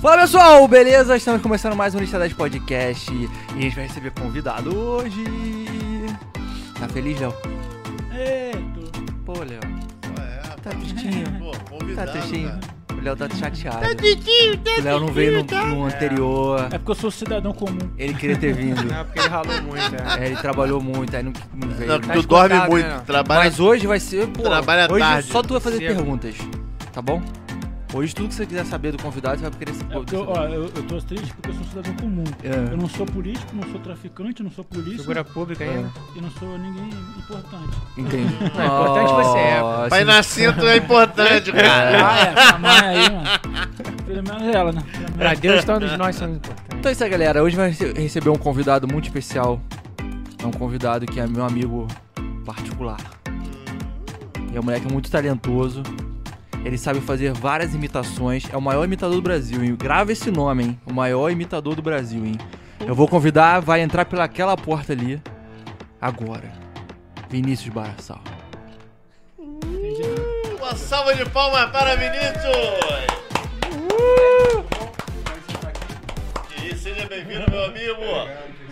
Fala pessoal, beleza? Estamos começando mais um Lista 10 Podcast e a gente vai receber convidado hoje. Tá feliz, Léo? É, Eita. Pô, Léo, É, tá tristinho. pô, Tá convidado, tristinho. cara. O Léo tá chateado. tristinho, tá O Léo não veio no, no anterior. É porque eu sou cidadão comum. Ele queria ter vindo. É, porque ele ralou muito, é. É, ele trabalhou muito, aí não, não veio. Não, Tá tu esgotado, dorme né, muito, não? trabalha... Mas hoje vai ser, pô, Trabalha hoje tarde. só tu vai fazer Cedo. perguntas, tá bom? Hoje tudo que você quiser saber do convidado, você vai querer É porque saber. eu, ó, eu, eu tô triste porque eu sou cidadão comum. É, Eu não sou político, não sou traficante, não sou polícia Figura pública ainda. e não sou ninguém importante. Entendi. Não, é importante você é. Nossa, Pai nascimento é importante, cara. Ah, é, essa mãe aí, mano. Pelo menos ela, né? É. Pra Deus, todos nós somos importantes. Então é isso aí, galera. Hoje vai rece- receber um convidado muito especial. É um convidado que é meu amigo particular. E é um moleque muito talentoso. Ele sabe fazer várias imitações. É o maior imitador do Brasil, hein? Grava esse nome, hein? O maior imitador do Brasil, hein? Eu vou convidar, vai entrar pelaquela porta ali. Agora. Vinícius Barassal. Uma salva de palmas para Vinícius! Que isso, Seja bem-vindo, meu amigo.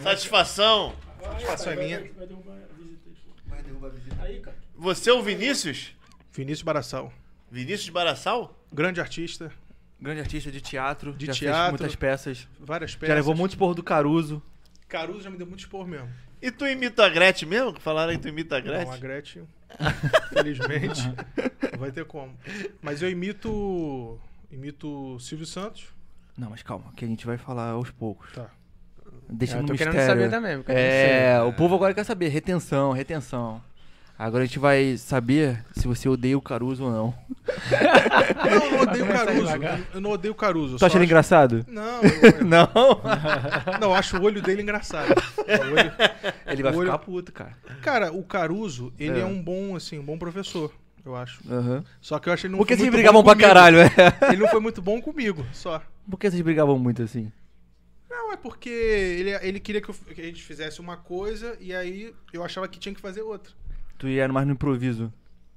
Satisfação. Satisfação é minha. Vai derrubar a visita aí, pô. Vai derrubar a visita. Aí, cara. Você é o Vinícius? Vinícius Baraçal, Vinícius Baraçal? grande artista, Grande artista de teatro. De já fez teatro. muitas peças. várias peças. Já levou muito porro do Caruso. Caruso já me deu muito expor mesmo. E tu imita a Gretchen mesmo? Falaram que tu imita a Não, a Gretchen? Gretchen, infelizmente, não vai ter como. Mas eu imito, imito Silvio Santos. Não, mas calma, que a gente vai falar aos poucos. Tá. Deixa É, eu no tô mistério. querendo saber também, porque eu não É, o povo agora quer saber. Retenção, retenção. Agora a gente vai saber se você odeia o Caruso ou não. Ah, Não, eu não odeio o devagar. Caruso. Eu não odeio o Caruso. eu é? Tá Tu só acha ele acho- engraçado? Não, eu, Não. não, eu acho o olho dele engraçado. O olho- Ele vai O olho- ficar puto, cara. Cara, o Caruso, ele É. é, um bom, assim, um bom professor, eu acho. Aham. Só que eu achei ele não Por que foi vocês muito brigavam bom pra comigo. caralho, é? Ele não foi muito bom comigo, só. Por que vocês brigavam muito assim? Não, é porque ele, ele queria que, eu- que a gente fizesse uma coisa e aí eu achava que tinha que fazer outra. Tu ia mais no improviso.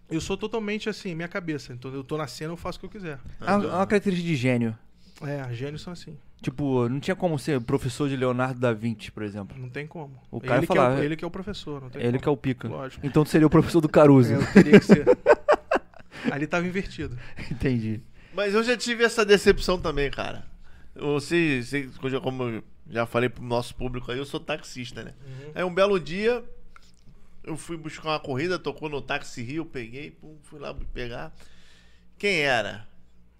Eu sou totalmente assim, minha cabeça. Então eu tô na cena, eu faço o que eu quiser. É uma- é uma característica de gênio. É, gênios são assim. Tipo, não tinha como ser professor de Leonardo da Vinci, por exemplo. Não tem como. O cara ele, falava, que é é. o, ele que é o professor, não tem Ele que é como. o pica. Lógico. Então tu seria o professor do Caruso. eu teria que ser. Ali tava invertido. Entendi. Mas eu já tive essa decepção também, cara. Você, você- como eu já falei pro nosso público aí, eu sou taxista, né? Aí um belo dia, eu fui buscar uma corrida, tocou no táxi Rio, peguei, pum, fui lá pegar. Quem era?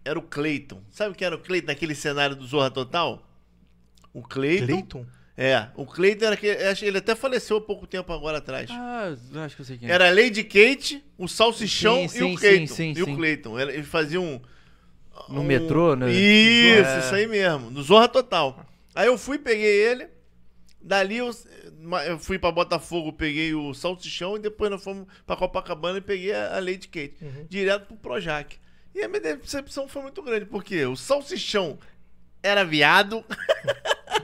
Era o Cleiton. Sabe quem era o Cleiton naquele cenário do Zorra Total? O Cleiton? Clayton? É, o Cleiton era que acho que ele até faleceu há pouco tempo agora atrás. Ah, eu acho que eu sei quem é. Era a Lady Kate, o Salsichão Sim, e sim, o Cleiton. sim, sim, e sim. o Cleiton. Ele fazia um. No metrô, né? Isso, É. isso aí mesmo. No Zorra Total. Aí eu fui, peguei ele. Dali eu, eu fui pra Botafogo, peguei o Salsichão e depois nós fomos pra Copacabana e peguei a, a Lady Kate. Direto pro Projac. E a minha decepção foi muito grande, porque o Salsichão era viado.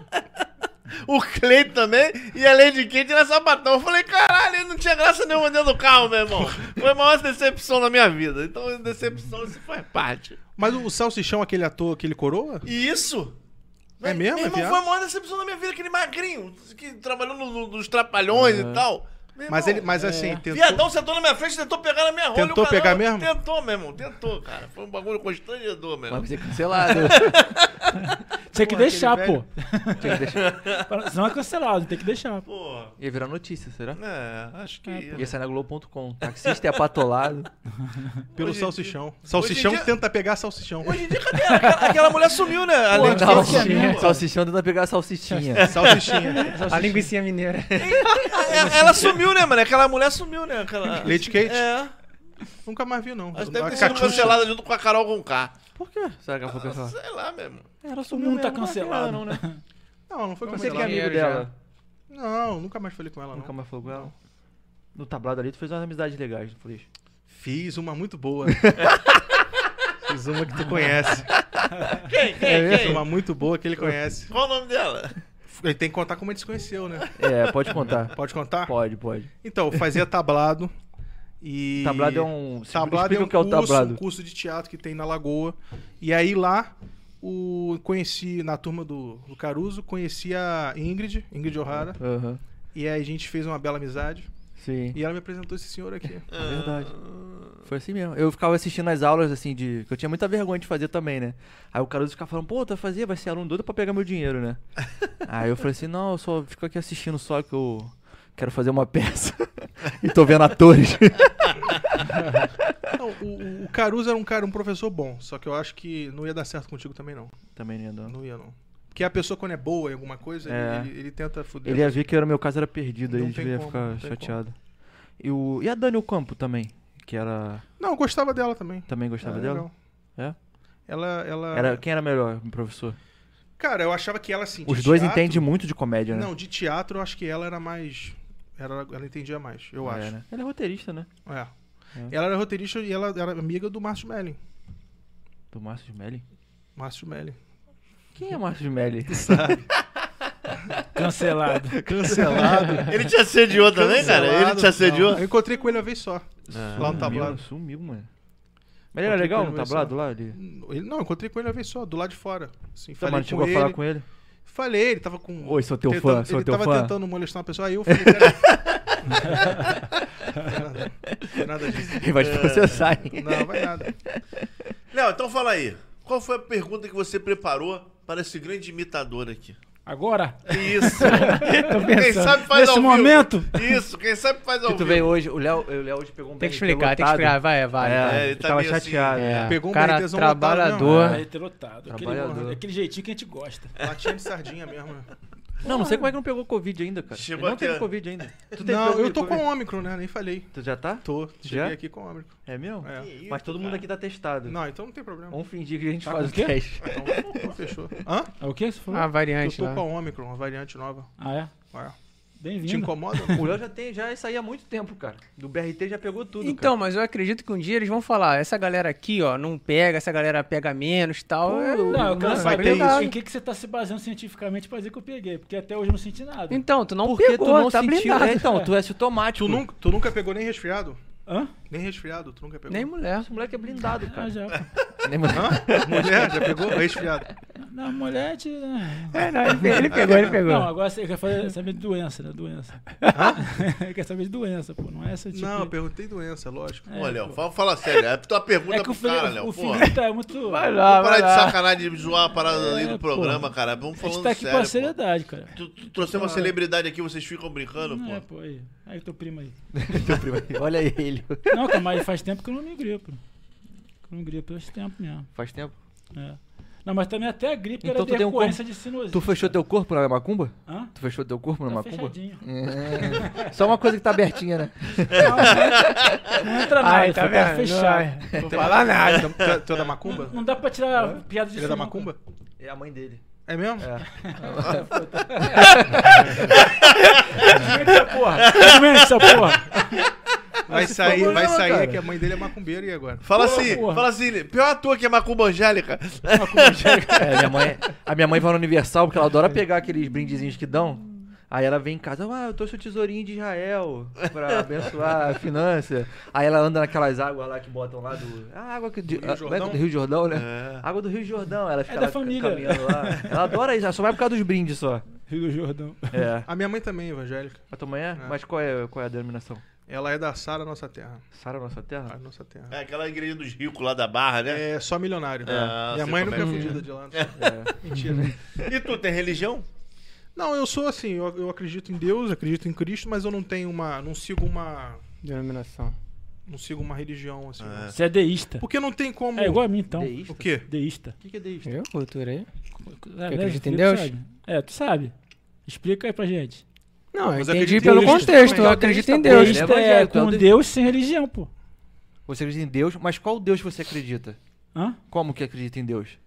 O Cleiton também e a Lady Kate era sapatão. Eu falei, caralho, não tinha graça nenhuma dentro do carro, meu irmão. Foi a maior decepção da minha vida. Então, decepção, isso faz parte. Mas o Salsichão, aquele ator, aquele coroa? E isso? É mesmo, Meu é irmão, viado? foi a maior decepção da minha vida, aquele magrinho que trabalhou no- no- nos trapalhões e tal. Meu É. Mas irmão, ele, mas assim, tentou... É. Viadão sentou na minha frente, tentou pegar na minha rola. e o Tentou caramba, pegar mesmo? Tentou, meu irmão, tentou, cara. Foi um bagulho constrangedor, meu Mas É. vai irmão. ser cancelado. Tem que Pô, aquele deixar, velho- pô. Fala, Senão é cancelado, tem que deixar. pô. Pô, Ia né? virar notícia, será? é, acho que... Ia sair na Globo.com. Taxista é apatolado. Pelo Hoje em Salsichão. Salsichão hoje em dia- tenta pegar Salsichão. Hoje em dia, cadê? Aquela, aquela mulher sumiu, né? A Lady Não, Kate sumiu, pô. salsichão tenta pegar a salsichinha. Salsichinha. A linguiça mineira. ela, ela sumiu, né, mano? Aquela mulher sumiu, né? Aquela... Lady Kate? É. Nunca mais vi, não. Acho que A deve ter sido Catiuxa. cancelada junto com a Carol Conká. Por quê? Será que ela foi cancelada? Sei lá, mesmo. Ela sumiu mundo tá mesmo, não é cancelado. Não, não, né? Não, não foi Você que cancelada. é ela- amigo dela. Não, nunca mais falei com ela, não. Nunca mais falou com ela. No tablado ali, tu fez umas amizades legais, não foi? Fiz uma muito boa. Fiz uma que tu conhece. Quem, quem, Fiz quem? uma muito boa que ele conhece. Qual o nome dela? Ele tem que contar como ele se conheceu, né? É, pode contar. Pode contar? Pode, pode. Então, eu fazia tablado. E... Tablado é um. Tablado é Explica um, o que é o curso, um tablado. curso de teatro que tem na Lagoa. E aí lá o, conheci na turma do, do Caruso, conheci a Ingrid, Ingrid O'Hara, Aham. e aí a gente fez uma bela amizade. Sim. E ela me apresentou esse senhor aqui. É verdade. Foi assim mesmo. Eu ficava assistindo as aulas, assim, de. Que eu tinha muita vergonha de fazer também, né? Aí o Caruso ficava falando, pô, tu vai fazer? Vai ser aluno doido pra pegar meu dinheiro, né? Aí eu falei assim, não, eu só fico aqui assistindo só que eu quero fazer uma peça. e tô vendo atores. Não, o, o- o Caruso era um cara, um professor bom, só que eu acho que não ia dar certo contigo também, não. é também não ia dar. Não ia, não. Porque a pessoa, quando é boa em alguma coisa, É. ele, ele- ele tenta foder. Ele é- ia ver que era meu caso era perdido, aí Não ele tem ia como, ficar não tem chateado. E, o... e a Daniel Campo também, que era. Não, eu gostava dela também. Também gostava Era dela? legal. É? Ela, ela... Era... Quem era melhor, professor? Cara, eu achava que ela, assim, de Os dois teatro- entendem muito de comédia, né? Não, de teatro eu acho que ela era mais... Era, ela entendia mais, eu É, acho. né? Ele é roteirista, né? É. É. Ela era roteirista e ela era amiga do Márcio Melling. Do Márcio de Melli. Márcio Melling. Quem é Márcio de Melli? Cancelado. Cancelado. Ele te assediou também, né, cara? Ele te assediou? Eu encontrei com ele uma vez só. lá no Sumiu, tablado. sumiu, mano. Mas ele era Pode legal ter no conversado. tablado lá? Ele... Ele, não, eu encontrei com ele uma vez só, do lado de fora. Assim, Então, falei mano, com chegou ele. a falar com ele? Falei, ele tava com. Oi, sou teu tentando- fã, sou ele teu tava fã. tentando molestar uma pessoa, aí eu falei, cara. Não foi nada disso. Ele vai te processar, hein? Não, vai nada. Léo, então fala aí. Qual foi a pergunta que você preparou para esse grande imitador aqui? Agora? Isso. Tô quem pensando. sabe faz Nesse ao momento? vivo. Isso, quem sabe faz ao Que tu vivo. veio hoje, o Léo, o Léo hoje pegou um Tem que BRT explicar, tem que lotado. explicar. Vai, é, vai. É, É, ele ele tá tava meio assim, chateado. É, Pegou um cara BRTzão lotado trabalhador. Aí, ter lotado. Trabalhador. é Aquele, aquele jeitinho que a gente gosta. Latinha de sardinha mesmo. né? Não, não sei como é que não pegou Covid ainda, cara. Chegou Ele não até- teve Covid ainda. Tu teve Não, Covid- eu tô com Covid? ômicron, né? Nem falei. Tu já tá? Tô. Cheguei Já? aqui com ômicron. É mesmo? É. Que isso, Mas todo mundo cara? aqui tá testado. Não, então não tem problema. Vamos fingir que a gente Tá faz com o o quê? teste. Então, então fechou. Hã? É o que você falou? Uma Eu variante, tô né? com a Ômicron, uma variante nova. Ah, é? Ué. Te Bem-vindo. incomoda? O Léo já tem, já isso aí há muito tempo, cara. Do BRT já pegou tudo, Então, mas eu acredito que um dia eles vão falar, essa galera aqui, ó, não pega, essa galera pega menos e tal. É, Não, eu vai quero ter saber isso. em que, que você tá se baseando cientificamente pra dizer que eu peguei, porque até hoje eu não senti nada. Então, tu não Porque pegou, tu não tá sentiu. blindado. É, então, tu é sintomático. tu, nunca, tu nunca pegou nem resfriado? Hã? Nem resfriado, tu nunca pegou. Nem mulher. Esse moleque é blindado, Ah, cara. já. Nem mulher. Hã? Mulher, já pegou resfriado. Na mulher de... né? É, não, ele, ele pegou, ele pegou. Não, agora você quer fazer- saber de doença, né? Doença. quer saber de doença, pô. Não é essa tipo... Não, eu perguntei doença, lógico. Pô, Léo, fala, fala sério. É a tua pergunta É que o pro filho, cara, Léo. o pô. filho tá muito... Vai lá, Vamos vai parar de lá. sacanagem de zoar a parada ali É, do pô. programa, cara. Vamos A falando gente tá aqui com a sério. pô. seriedade, cara. Tu, tu trouxe uma celebridade aqui, vocês ficam brincando, Não, é, pô. pô, aí. Aí teu primo aí. Olha ele. Não, cara, mas faz tempo que eu não me gripo. Que Eu não gripo faz tempo mesmo. Faz tempo. É. Não, mas também até a gripe Então tu era tem um decorrência de sinusite. Tu fechou cara. teu corpo na macumba? Hã? Tu fechou teu corpo na né? Tá macumba? fechadinho. É. Só uma coisa que tá abertinha, né? É. Não entra nada, Ai, tá foi pra vendo? fechar. Não vou falar nada. Tu é- tu é da Macumba? Não dá pra tirar piada de Ele é da Macumba? É a mãe dele. É mesmo? porra. Doença, porra. Vai se sair, formou vai mesmo, sair cara. que a mãe dele é macumbeira e agora? Fala Pô, assim, porra. fala assim. Lê. Pior ator que é Macumba Angélica. É, minha mãe, a minha mãe vai no Universal porque ela adora pegar aqueles brindezinhos que dão. Aí ela vem em casa, ah, eu trouxe o tesourinho de Israel pra abençoar a finança. Aí ela anda naquelas águas lá que botam lá do. A água que, de, Rio a- como é que é Jordão? do Rio Jordão, né? É. Água do Rio Jordão, ela fica da lá ca- família. caminhando lá. Ela adora isso, ela só vai por causa dos brindes só. Rio Jordão. É. A minha mãe também é evangélica. A tua mãe é? Mas qual é, qual é a denominação? Ela é da Sara Nossa Terra. Sara Nossa A Terra? Nossa Terra. É aquela igreja dos ricos lá da Barra, né? É só milionário. Ah, minha sei mãe como nunca é é que é. fudida de lá. Não, sei. É. Mentira. E tu, tem religião? não, eu sou assim, eu, eu acredito em Deus, acredito em Cristo, mas eu não tenho uma. não sigo uma. Denominação. não sigo uma religião, assim. Ah. não. Você é deísta. Porque não tem como. É igual a mim, então. Deísta? O quê? Deísta. O que, que é deísta? Viu? Cultura aí. É, Que acredita em tu Deus? sabe. É, tu sabe. Explica aí pra gente. Não, eu Mas entendi acredito pelo em Deus. contexto. Eu Mas acredito em ateísta, Deus. pô, Deísta ele é é evangélico, é um com de- Deus sem religião, pô. Você acredita em Deus, mas qual Deus você acredita? Hã? Como que acredita em Deus?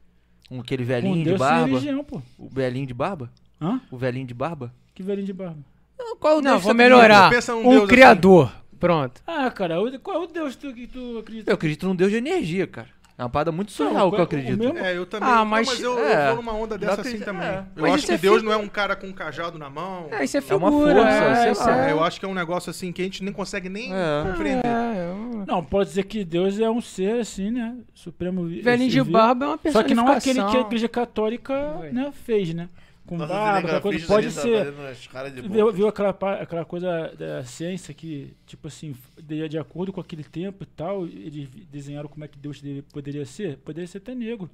Um aquele Com velhinho de Deus sem barba? religião, pô. O velhinho de barba? Hã? O velhinho de barba? Que velhinho de barba. Não, qual Não, Deus vou você melhorar. Pensa num Deus Um assim. criador. Pronto. Ah, cara, o- qual é o Deus tu- que tu acredita? Eu acredita? acredito num Deus de energia, cara. É uma parada muito surreal que eu acredito. mesmo- É, eu também. Ah, Ah, mas- mas, eu, eu é. vou numa onda dessa Dá pra- assim também. é. Eu Mas acho isso que é Deus fi- não é um cara com um cajado na mão. É, isso é É uma figura. força, é, sei isso lá. É, eu acho que é um negócio assim que a gente nem consegue nem É. compreender. É, é um- Não, pode dizer que Deus é um ser assim, né? Supremo. Velhinho de esse- barba é uma Só que não aquele personificação. que é a igreja católica Foi. né, fez, né? Com Nossa, barba, aquela é coisa. cinegrafista Pode ali tá ser. fazendo as caras de Viu, boca. viu aquela, pa- aquela coisa da ciência que, tipo assim, de, de acordo com aquele tempo e tal, eles vi- desenharam como é que Deus deve- poderia ser? Poderia ser até negro.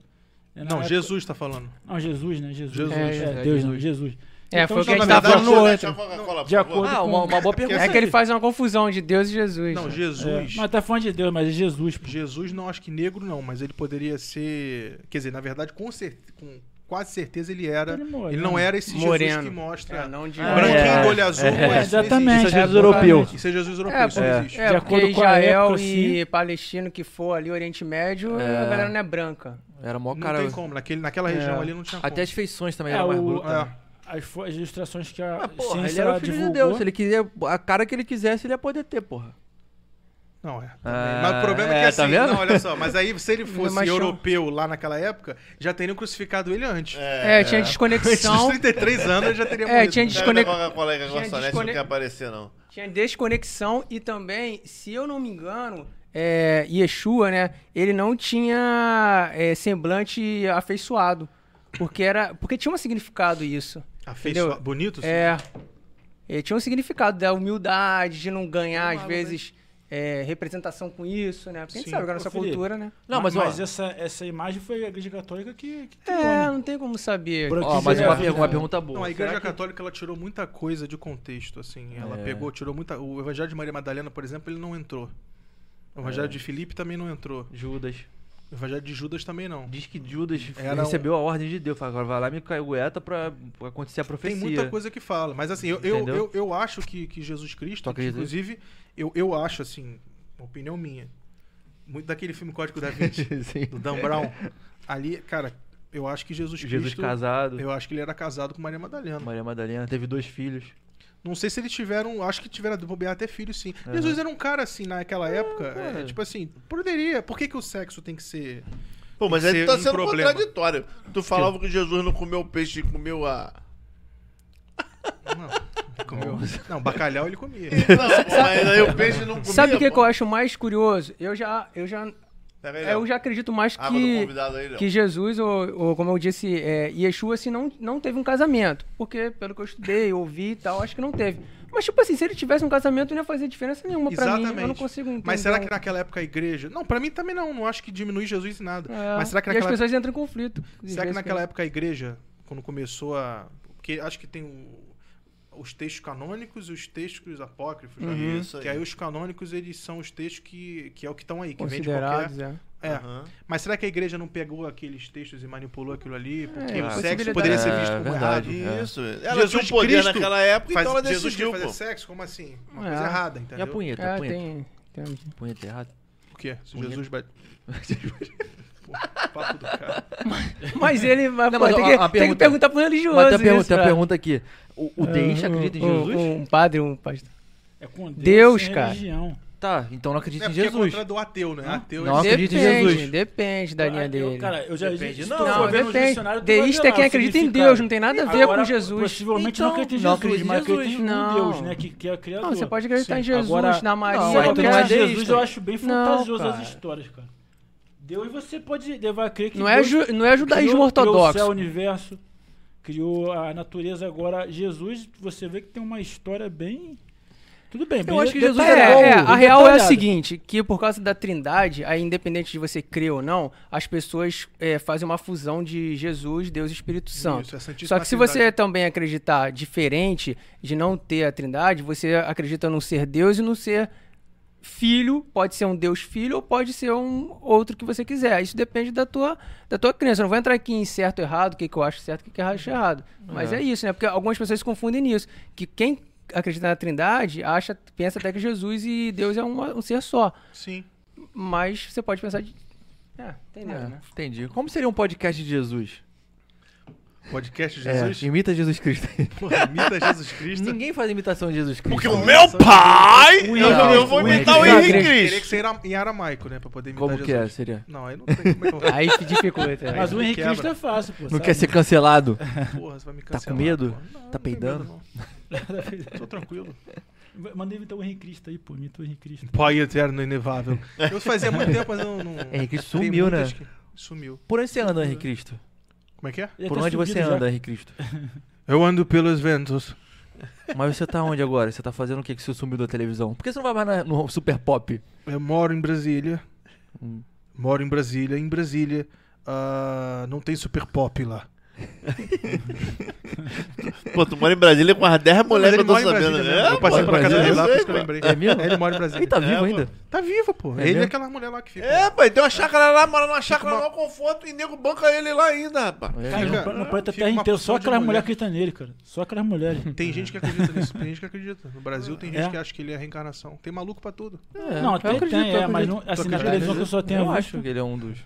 Né, na Não, época- Jesus tá falando. Não, Jesus, né? Jesus. Jesus, é, é, Deus, Jesus. não, Jesus. Então, É, foi o que a gente na tá tava verdade, falando no Deixa outro. a Coca-Cola, por De favor. acordo Ah, uma, uma boa pergunta. É que ele faz uma confusão de Deus e Jesus. Não, né? É, Jesus. mas tá falando de Deus, mas é Jesus. pô. Jesus não acho que negro não, mas ele poderia ser, quer dizer, na verdade com, cer- com quase certeza ele era. Ele Ele, moreno. não era esse Jesus Moreno. que mostra É, não de... Ah, branquinho é. do olho azul. É, mas isso não exatamente. Isso é existe. Jesus europeu. Isso é Jesus europeu, É, isso é. não existe. É, De porque acordo com a Israel época, e palestino que for ali, Oriente Médio, É. a galera não é branca. Era mó Não cara. tem como, naquele, naquela é. região ali não tinha como. Até as feições também É, eram mais o- brutas. né? É. As, fo- as ilustrações que a Ah, porra, ele ciência era o filho de divulgou. Deus. Se ele queria, a cara que ele quisesse, ele ia poder ter, porra. Não, é. também. Ah, mas o problema é que é, assim, tá vendo? não, olha só, mas aí se ele fosse machão. europeu lá naquela época, já teriam crucificado ele antes. É, tinha Antes dos desconexão. 33 anos ele já teria É, morrido. tinha né? desconexão. Pega a Coca-Cola aí que a Tinha garçonete não descone- quer aparecer, não. Tinha desconexão e também, se eu não me engano, é, Yeshua, né? Ele não tinha é, semblante afeiçoado. Porque, era, porque tinha um significado isso. Afeiçoa- Entendeu? Bonito? sim. É. Ele tinha um significado da humildade, de não ganhar, às vezes, é, representação com isso, né? Porque a gente Sim. sabe agora a nossa Ô, Felipe. cultura, né? Não, mas, ó, essa, essa imagem foi a igreja católica que, que criou, É, né? não tem como saber. Branco ó, mas é, uma, é, pergunta, uma é. pergunta boa. Não, a Igreja Será que- Católica ela tirou muita coisa de contexto, assim. Ela É. pegou, tirou muita. O Evangelho de Maria Madalena, por exemplo, ele não entrou. O É. Evangelho de Filipe também não entrou. Judas. O Evangelho de Judas também não. Diz que Judas Era um- recebeu a ordem de Deus. Fala, agora vai lá e me cagueta pra pra acontecer a profecia. Tem muita coisa que fala. Mas assim, eu, eu, Entendeu? eu, eu acho que, que Jesus Tu Cristo, que, acredita nisso? inclusive, eu, eu acho, assim, uma opinião minha. Muito daquele filme Código da Vinci, Sim. do Dan Brown. Ali, cara, eu acho que Jesus Cristo. Jesus casado, Eu acho que ele era casado com Maria Madalena. Maria Madalena, teve dois filhos. Não sei se eles tiveram. Acho que tiveram de bobear até filho, sim. Jesus era um cara assim naquela época. cara. é, tipo assim, poderia. Por que, que o sexo tem que ser. Pô, mas Tem que aí ser tá um sendo problema. contraditório. Tu falava que Jesus não comeu peixe e comeu a... Não, comeu- não, bacalhau ele comia. Não, pô, mas aí o peixe não comia, Sabe o que, pô. que eu acho mais curioso? Eu já, eu já, Pega aí, é, eu Léo. já acredito mais Ah, Água do que, convidado aí, Léo. que Jesus, ou, ou como eu disse, é, Yeshua, assim, não, não teve um casamento. Porque, pelo que eu estudei, ouvi e tal, acho que não teve. Mas, tipo assim, se ele tivesse um casamento, não ia fazer diferença nenhuma pra mim. Eu não consigo entender. Mas será que um- naquela época a igreja. Não, pra mim também não. Não acho que diminui Jesus em nada. É, Mas será que E as naquela, pessoas entram em conflito. será que naquela época a igreja, quando começou a. Porque acho que tem o- Os textos canônicos e os textos apócrifos. né? Uhum. Isso aí. Que aí os canônicos, eles são os textos que, que é o que estão aí, que vem de qualquer. Considerados, é. É. Aham. Mas será que a igreja não pegou aqueles textos e manipulou aquilo ali? Porque É, o possibilidade. sexo poderia ser É, visto como verdade. errado. É. Isso. Ela tinha um Jesus poder Cristo naquela época, Faz, então ela Jesus decidiu, queria pô. fazer sexo? Como assim? Uma É. coisa E errada, a entendeu? punheta, Ah, É, tá punheta. tem... tem- Punheta é errada. Por quê? Se Punheta. assim. Jesus bate... Pô, papo do cara. Mas ele vai Não, pô, mas tem, ó, que, a tem que pergunta- perguntar pro religioso. Mas tem a pergunta, isso, tem a pra- pergunta aqui. O, o Ah, deísta acredita em Um- Jesus? Um padre, um pastor. É com Deus, Deus, sem cara. religião. Tá, então não acredita É em porque é Jesus. contra do ateu, né? Ateu Não é... acredito em Jesus. Depende da linha dele. Ah, Eu, cara, eu já Depende. se Não, tu for não, ver no depende. dicionário, tu vai Deísta ver é lá quem o acredita em significado. Deus, não tem nada a ver Agora, com Jesus. Possivelmente Então, não acredita não em Jesus, acredita em mas acredita em Jesus. Deus, né? Que, que é o Criador. Não, você pode acreditar em Sim. Jesus, Agora- na Maria. Não, aí tu Agora, não é qualquer- deísta. Jesus, eu acho bem Não, fantasioso cara. as histórias, cara. Deus você pode levar a crer que Não é, Deus ju, não é criou- Criou o judaísmo céu, o ortodoxo. universo, criou a natureza. Agora, Jesus, você vê que tem uma história bem... Tudo bem, bem acho que Jesus detalhada, bom, É, é, a bem real é a detalhada. seguinte, que por causa da trindade, aí independente de você crer ou não, as pessoas é, fazem uma fusão de Jesus, Deus e Espírito Santo. Isso, é Santíssima Só que se Trindade. você também acreditar diferente de não ter a trindade, você acredita num ser Deus e num ser filho, pode ser um Deus filho ou pode ser um outro que você quiser. Isso depende da tua, da tua crença. Eu não vou entrar aqui em certo e errado, o que, que eu acho certo, o que, que eu acho errado. Mas é. isso, né? Porque algumas pessoas se confundem nisso. Que quem acredita na trindade acha, pensa até que Jesus e Deus é uma- um ser só. Sim. Mas você pode pensar de. É, entendeu, É, né? entendi. Como seria um podcast de Jesus? Podcast É, Jesus. imita Jesus Cristo. Porra, imita Jesus Cristo. Ninguém faz imitação de Jesus Cristo. Porque o meu pai. é Eu, Não, eu vou o imitar o Henrique então, Henrique Teria que Cristo. ser em ara- em aramaico, né? Pra poder imitar Como que é? Jesus. Seria? Não, aí não tem como é que eu vou. Aí que né? dificulta. Mas o me Henrique quebra. Cristo é fácil, pô. Não quer ser cancelado? Porra, você vai me cancelar. Tá medo? porra. Não, Tá não tenho peidando? medo, não. Tô tranquilo. Mandei imitar o Henrique Cristo aí, pô. Imita o Henrique Cristo. Pai eterno inevável. Eu fazia há muito tempo, mas eu não. Henrique Cristo Tem sumiu, né? muitas que- Sumiu. Por onde você anda, Henrique Uhum. Cristo? Como é que é? Ele Por até onde você subido já. anda, Henrique Cristo? Eu ando pelos ventos. Mas você tá onde agora? Você tá fazendo o que que você sumiu da televisão? Por que você não vai mais na- no Super Pop? Eu moro em Brasília. Hum. Moro em Brasília. Em Brasília. ah, não tem super pop lá. Pô, tu mora em Brasília com as 10 mulheres Mas que eu tô ele mora em sabendo, Brasília né? mesmo. Eu passei pô, pra casa eu dele lá, por sei, isso que eu pô. lembrei. É mesmo? Ele mora em Brasília. Ele tá vivo pô. ainda? Tá vivo, pô. É ele mesmo? é aquela mulher lá que fica. É, pai, tem uma chácara lá, mora numa chácara, uma- maior conforto e nego banca ele lá ainda, rapaz. É Cara, mesmo? no, pla- no planeta Fica Terra uma inteiro, porção só de aquelas mulher. mulheres acreditam nele, cara. Só aquelas mulheres. Tem gente que acredita nisso, tem gente que acredita. No Brasil tem gente É. que acha que ele é a reencarnação. Tem maluco pra tudo. É, não, eu até acredito, tem, eu é, mas acredito. não, assim, na acredita? televisão que eu só tenho Eu visto. acho que ele é um dos,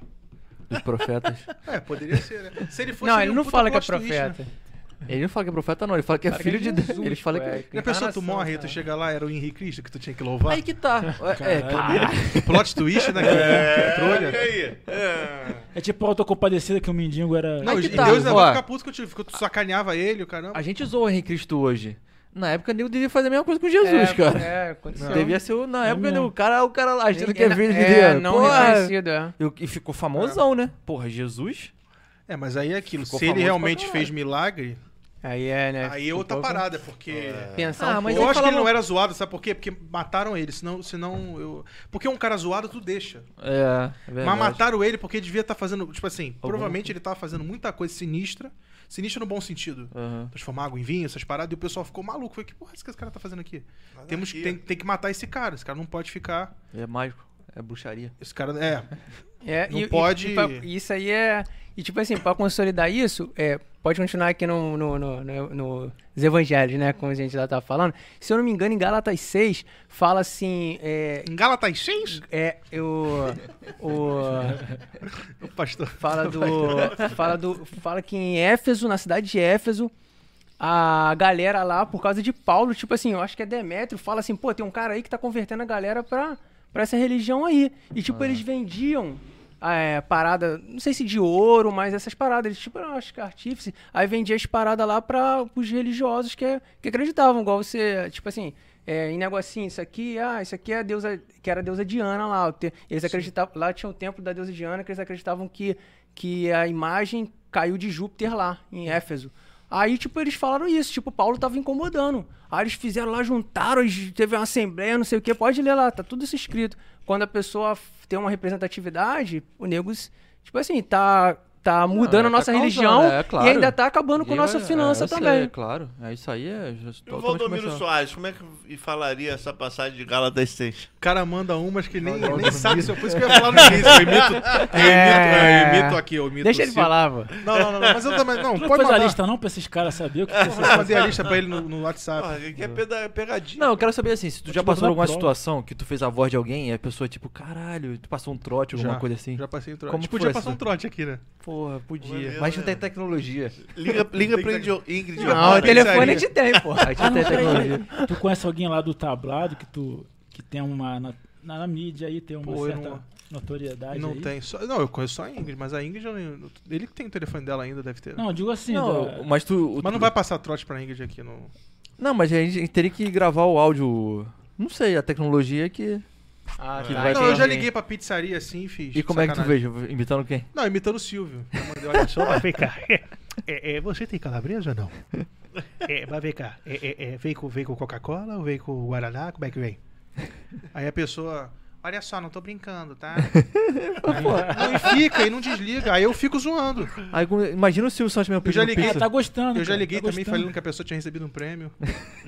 dos profetas. É, poderia ser, né? Se ele fosse Não, seria ele um não puta fala que é plot twist, né? profeta. ele não fala que é profeta, não. Ele fala que é Fala que filho é de Deus. Jesus, Ele fala que ué. é. E a pessoa, tu Encarnação, morre, tu cara. chega lá, era o Henrique Cristo que tu tinha que louvar. Aí que tá. É, é, Caralho. Plot twist, né? É, olha trolha. aí. É. É tipo a autocompadecida que o mendigo era. Não, Aí que e tá, Deus ainda ó. vai ficar puto que eu te- que tu sacaneava ele, o caramba. A gente zoa o Henrique Cristo hoje. Na época, nego devia fazer a mesma coisa com Jesus, é, cara. É, aconteceu. Devia ser, o- na É época, mesmo. nego, o cara, o cara lá, achando que Ninguém- é filho de é, Deus. não Porra. reconhecido, é. E o- E ficou famosão, né? Porra, Jesus? É, mas aí é aquilo. Ficou Se ele famoso realmente pra fez milagre, Aí é, né? aí é outra parada, porque. Pensar Ah, um mas eu aí acho que ele falavam- não era zoado, sabe por quê? Porque mataram ele, senão, senão eu... Porque um cara zoado, tu deixa. É, é verdade. Mas mataram ele porque devia estar fazendo, tipo assim, Alguma provavelmente ele tava fazendo muita coisa sinistra, sinistra no bom sentido. Aham. Transformar água em vinho, essas paradas, e o pessoal ficou maluco. Foi que porra é isso que esse cara tá fazendo aqui? Temos, aqui. tem, tem que matar esse cara, esse cara não pode ficar. É mágico. É bruxaria. Esse cara. É. É, Não e, e- pode- e pra- isso aí é. E tipo assim, pra consolidar isso, é, pode continuar aqui no, no, no, no- no- nos evangelhos, né? Como a gente já tá falando. Se eu não me engano, em Gálatas 6, fala assim. É, Em Galatas 6? é o. o O pastor. fala do. Fala do. Fala que em Éfeso, na cidade de Éfeso. A galera lá, por causa de Paulo, tipo assim, eu acho que é Demétrio, fala assim, pô, tem um cara aí que tá convertendo a galera pra, pra essa religião aí. E, tipo, eles vendiam é, parada, não sei se de ouro, mas essas paradas, eles, tipo, eram, acho que artífice, aí vendia as paradas lá pra os religiosos que, que acreditavam, igual você, tipo assim, é, em negocinho, isso aqui, ah, isso aqui é a deusa, que era a deusa Diana lá, o te- eles acreditavam, lá tinha o templo da deusa Diana, que eles acreditavam que, que a imagem caiu de Júpiter lá, em Éfeso. Aí, tipo, eles falaram isso, tipo, o Paulo tava incomodando. Aí eles fizeram lá, juntaram, eles- teve uma assembleia, não sei o quê, pode ler lá, tá tudo isso escrito. Quando a pessoa f- tem uma representatividade, o nego, s- tipo assim, tá, tá mudando é, a tá nossa causando, religião é, claro. e ainda tá acabando com E nossa é- finança é, eu sei, também. é claro. É, isso aí é just- E o totalmente Valdomiro comercial. Soares, como é que falaria essa passagem de Gálatas 6? O cara manda umas que nem, nem sabe. se eu- Por isso que eu ia falar no início. Eu imito. Eu É. imito, eu imito aqui, eu imito. Deixa o ele Ciro. falar, Ah, pô. Não, não, não, não, Mas eu também. Não, Tu não pode fez a mandar. lista não pra esses caras saber o que Eu você mandei a lista pra ele no, no WhatsApp. Porra, que é peda- pegadinha. Não, eu quero saber assim, se tu É Vou já te tipo botar passou por na alguma prova. situação que tu fez a voz de alguém e a pessoa, tipo, caralho, tu passou um trote, alguma coisa assim? Já passei um trote. Como Como foi podia essa? passar um trote aqui, né? Porra, podia. Maneiro, Mas não né? tem tecnologia. Liga, liga pra Ingrid, Ingrid Não, o O'Hara. telefone a gente tem, pô. é A gente Ah, não tem tecnologia. Ah, Tu conhece alguém lá do tablado que tu que tem uma na, na- na mídia aí, tem uma Pô, eu certa não- notoriedade Não aí? tem. Só, não, eu conheço só a Ingrid, mas a Ingrid. Eu nem, ele que tem o telefone dela ainda, deve ter. né? Não, eu digo assim, da- Não, mas tu. o- mas não vai passar trote pra Ingrid aqui no. Não, mas a gente teria que gravar o áudio. Não sei, a tecnologia que. é Ah, Que tá, vai não, eu ter entendi. já liguei pra pizzaria assim e fiz. E como é que tu sacanagem. vejo? Imitando quem? Não, imitando o Silvio. Eu mandei, olha só. Mas vem cá. É, é, você tem calabresa ou não? É, mas vem cá. É, é, é, vem com, vem com Coca-Cola ou vem com Guaraná? Como é que vem? Aí a pessoa. Olha só, não tô brincando, tá? Aí, não, e fica, e não desliga. Aí eu fico zoando. Aí, como- imagina o Silvio Santos mesmo Eu já pedindo liguei- Ah, pizza. tá gostando. Eu já cara, liguei tá também gostando. falando que a pessoa tinha recebido um prêmio.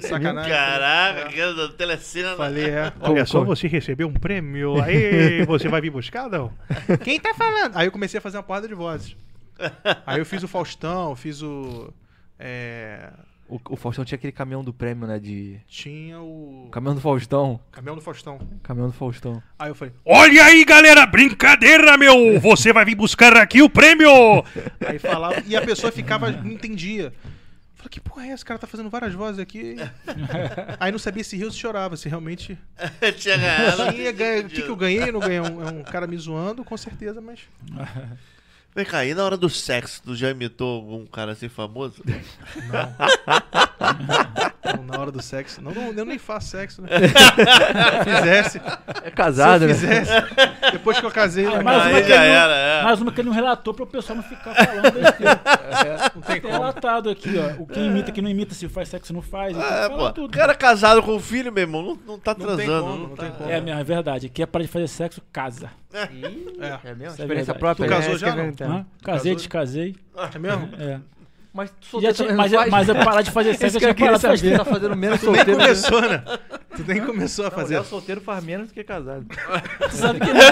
Sacanagem. Caraca, aquela da telecena. né? Falei, é. Olha só, como? você recebeu um prêmio. Aí você vai me buscar, não? Quem tá falando? Aí eu comecei a fazer uma porrada de vozes. Aí eu fiz o Faustão, fiz o. É. O, o Faustão tinha aquele caminhão do prêmio, né? De. Tinha o Caminhão do Faustão. caminhão do Faustão. Caminhão do Faustão. Aí eu falei, Olha aí, galera, brincadeira, meu! Você vai vir buscar aqui o prêmio! Aí falava, e a pessoa ficava, não entendia. Falei, que porra é essa? O cara tá fazendo várias vozes aqui. Aí não sabia se riu ou se chorava, se realmente. Tinha ganhado. Ia ganhar- O que, que eu ganhei? Não ganhei. É um, é um cara me zoando, com certeza, mas. Vem cá, e na hora do sexo, tu já imitou algum cara assim famoso? não, na hora do sexo. Não, não, eu nem faço sexo, né? Se eu fizesse, É se eu casado, né? fizesse. Depois que eu casei, né? mais cara? uma Aí que já ele não- era, é. Mais uma que ele não relatou pra o pessoal não ficar falando besteira. não Tem tem como. relatado aqui, ó. O que imita, que não imita, se faz sexo, não faz. ele Ah, É, fala pô. O tudo. cara casado com um filho, meu irmão, não, não tá Não tem transando. como, não não tá- tem como. É mesmo, é verdade. Quem é para de fazer sexo, casa. É. É mesmo? Isso é Experiência verdade. própria? né? Tu casou já, não? Hã? Não? Casei, casou? descasei. É mesmo? É. Mas tu E solteiro é ti- também não mas, é- faz? mas é parar de fazer sexo, Esse é que eu que queria parar de saber, você fazer. tá fazendo menos Nem solteiro. começou, né? Tu nem começou a Não, fazer. Léo solteiro faz menos do que casado. Tu sabe que não.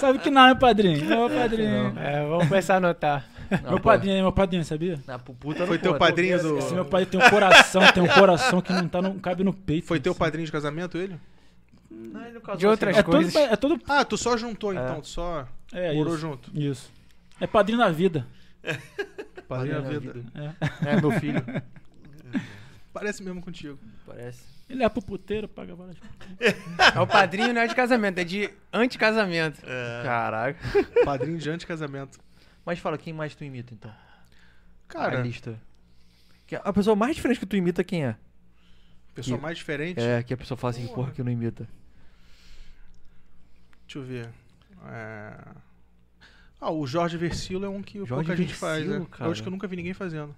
sabe que não, hein, padrinho? Não, padrinho. É, vamos começar a anotar. meu padrinho, é meu padrinho, sabia? Na puta não Foi pô, é teu padrinho do. Esse meu padrinho tem um coração, tem um coração que não, tá, não cabe no peito. Foi teu padrinho de casamento ele? Não, ele não casou De outras É todo, coisas. pa- é todo. Ah, tu só juntou então, tu só É morou isso. junto. Isso. É padrinho na vida. Padrinho da Padrinho da vida. É. assim. É, meu filho. Parece mesmo contigo. Parece. Ele é pro puteiro, paga várias coisas. É o padrinho não é de casamento, é de anticasamento. Caraca. Padrinho de anticasamento. Mas fala, quem mais tu imita, então? A Cara, lista. Que A pessoa mais diferente que tu imita, quem é? pessoa que- mais diferente. É, que a pessoa fala assim, porra, que não imita. Deixa eu ver. É... Ah, o Jorge Versilo é um que Jorge pouca gente Versilo, faz, né? cara. Eu acho que eu nunca vi ninguém fazendo.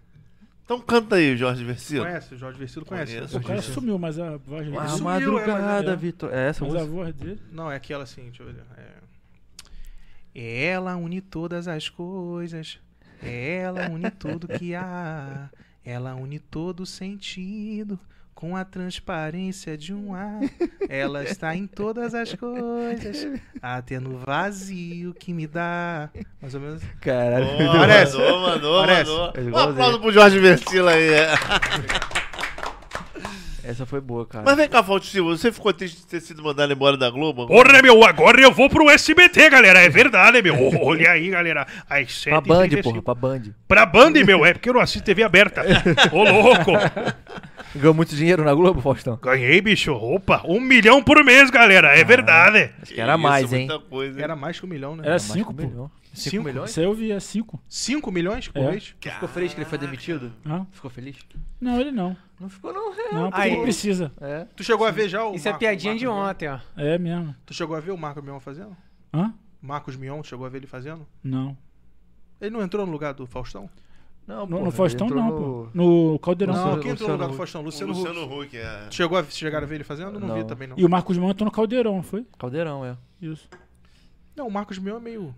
Então canta aí, Jorge Versilo. Conhece? O Jorge Versilo conhece. né? Conheço. O é cara sumiu, mas a voz dele. A sumiu, madrugada, é, mas é- Ah, Vitor. É essa Mas a música? voz dele. Não, é aquela assim, deixa eu ver. É... Ela une todas as coisas. É Ela une tudo que há. Ela une todo sentido. Com a transparência de um ar. Ela está em todas as coisas. Até no vazio que me dá. Mais ou menos. Caralho. Boa, Parece. Mandou, mandou, Parece. É mandou. Um igualzinho. aplauso pro Jorge Versilo aí. é. Essa foi boa, cara. Mas vem cá, Faustino, você ficou triste de ter sido mandado embora da Globo? Porra, É, meu, agora eu vou pro SBT, galera, é verdade, meu. Olha aí, galera, às 7 Pra Band, porra, pra Band. Pra Band, meu, é porque eu não assisto TV aberta. Ô, louco. Ganhou muito dinheiro na Globo, Faustão? Ganhei, bicho. Opa, um milhão por mês, galera, é verdade. Acho que era mais, hein? Muita coisa, hein? Era mais que um milhão, né? Era Mais que um 5, pô. milhão. Cinco Cinco? milhões? Isso aí eu vi, é 5. 5 milhões por É. mês? Ficou feliz que ele foi demitido? Hã? Ficou feliz? Não, ele não. Não ficou, não. É. Não, porque Aí. não precisa. É. Tu chegou a ver já o. Isso é Marco- piadinha de Marcos Mion? ontem, ó. É mesmo. Tu chegou a ver o Marcos Mion fazendo? Hã? Marcos Mion, tu chegou a ver ele fazendo? Não. Ele não entrou no lugar do Faustão? Não, No, porra, no Faustão entrou não, no- pô. No Caldeirão. Não, Não, Luciano- quem entrou no lugar Luciano do Faustão? O Luciano, Huck. Luciano Huck, é. Tu Chegou a, chegaram a ver ele fazendo? Não, Não. vi também, não. E o Marcos Mão entrou no Caldeirão, não foi? Caldeirão, é. Isso. Não, o Marcos Mion é meio.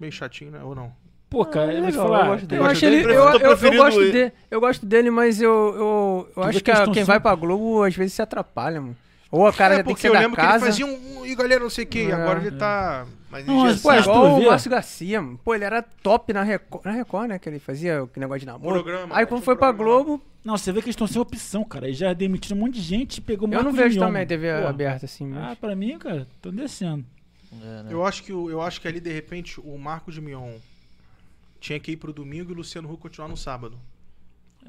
meio chatinho, né? Ou não? Pô, cara, é eu vou te legal, eu falar. gosto dele. Eu, acho dele? ele, eu, Eu tô eu- eu preferindo gosto ele. dele, eu gosto dele, mas eu, eu, eu acho vê que que a- eles tão quem vai sempre- pra Globo às vezes se atrapalha, mano. Ou a cara é, já tem porque que ser eu da lembro que ele casa. fazia um. e galera, não sei o que. É, agora ele é. tá. Mas Não, mas, engessado. Pô, é Mas tu igual o vê? Márcio Garcia, mano. Pô, ele era top na Record, na Record né? Que ele fazia o negócio de namoro. Holograma, Aí né, quando tinha foi um pra programa. Globo, Não, você vê que eles estão sem opção, cara. Eles já demitiram um monte de gente e pegou eu não Marcos vejo Mion, também mano. TV Pô. aberta assim, mas... Ah, pra mim, cara, tô descendo. É, né? Eu acho que, o- eu acho que ali, de repente, o Marcos Mion tinha que ir pro domingo e o Luciano Huck continuar no sábado.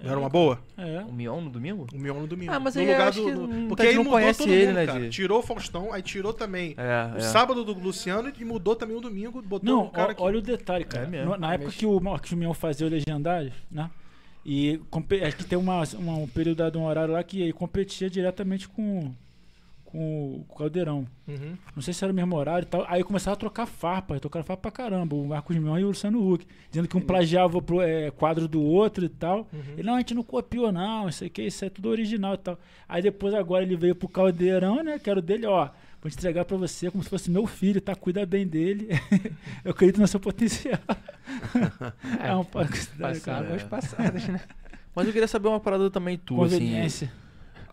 Não era uma boa? É. O Mion Um no domingo? O Mion no domingo. Ah, mas no aí eu acho que não- Porque tá, aí não mudou conhece todo ele, mundo, né, cara. de- Tirou o Faustão, aí tirou também É, o sábado do Luciano e mudou também o domingo. Botou Não, um cara ó- que... olha o detalhe, cara. É mesmo, No- na é época mesmo. que o Marcos Mion fazia o Legendário, né? E compe- acho que tem uma, uma- um período dado, um horário lá que ele competia diretamente com, com o Caldeirão. Uhum. Não sei se era o mesmo horário e tal. Aí começaram a trocar farpa, trocaram farpa pra caramba, o Marcos Mion e o Luciano Huck. Dizendo Uhum. que um plagiava pro, eh, quadro do outro e tal. Ele, não, a gente não copiou, não, isso aqui, isso é tudo original e tal. Aí depois agora ele veio pro caldeirão, né? Que era o dele, ó. Vou te entregar pra você como se fosse meu filho, tá? Cuida bem dele. Eu acredito no seu potencial. é, um pouco da Passado, é. cara. as passadas, né? Mas eu queria saber uma parada também tua, assim. conveniência.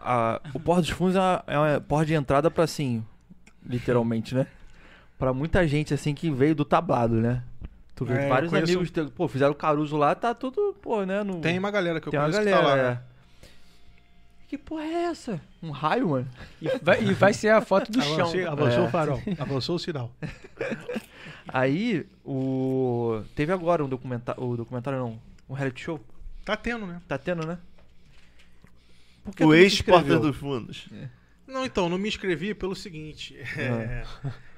a- o Porto dos Fundos é uma, é uma porta de entrada pra, assim, literalmente, né? Pra muita gente, assim, que veio do tablado, né? Tu Tu vê É, eu vários conheço- amigos teus, pô, fizeram Caruso lá, tá tudo, pô, né? No... Tem uma galera que eu Tem uma conheço galera, que tá lá. né? é. Que porra é essa? Um raio, mano? E vai, e vai ser a foto do chão. Avance- avançou É. o farol, avançou o sinal. Aí, o... Teve agora um documentário, o documentário não, um reality show. Tá tendo, né? Tá tendo, né? Por que tu O não se ex-porta inscreveu? dos fundos. Não, então, não me inscrevi pelo seguinte. é,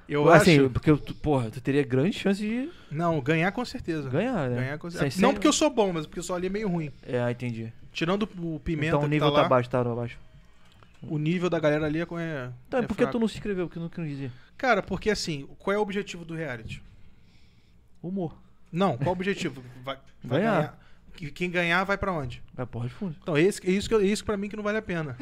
eu assim, acho. porque, tu- porra, tu teria grande chance de Não, ganhar com certeza. ganhar, né? Ganhar com Sem- certeza. Não sem- porque eu sou bom, mas porque eu sou ali é meio ruim. É, entendi. Tirando o pimenta então o que tá nível tá, lá, abaixo, tá abaixo. o nível da galera ali é. é Então, é por que tu fraco. não se inscreveu? Que eu não quis dizer. Cara, porque assim, qual é o objetivo do reality? Humor. Não, qual o objetivo? Vai, vai Ganhar. ganhar. Que- Quem ganhar vai pra onde? É porra de fundo. Então, esse, é isso, que eu- é isso pra mim que não vale a pena.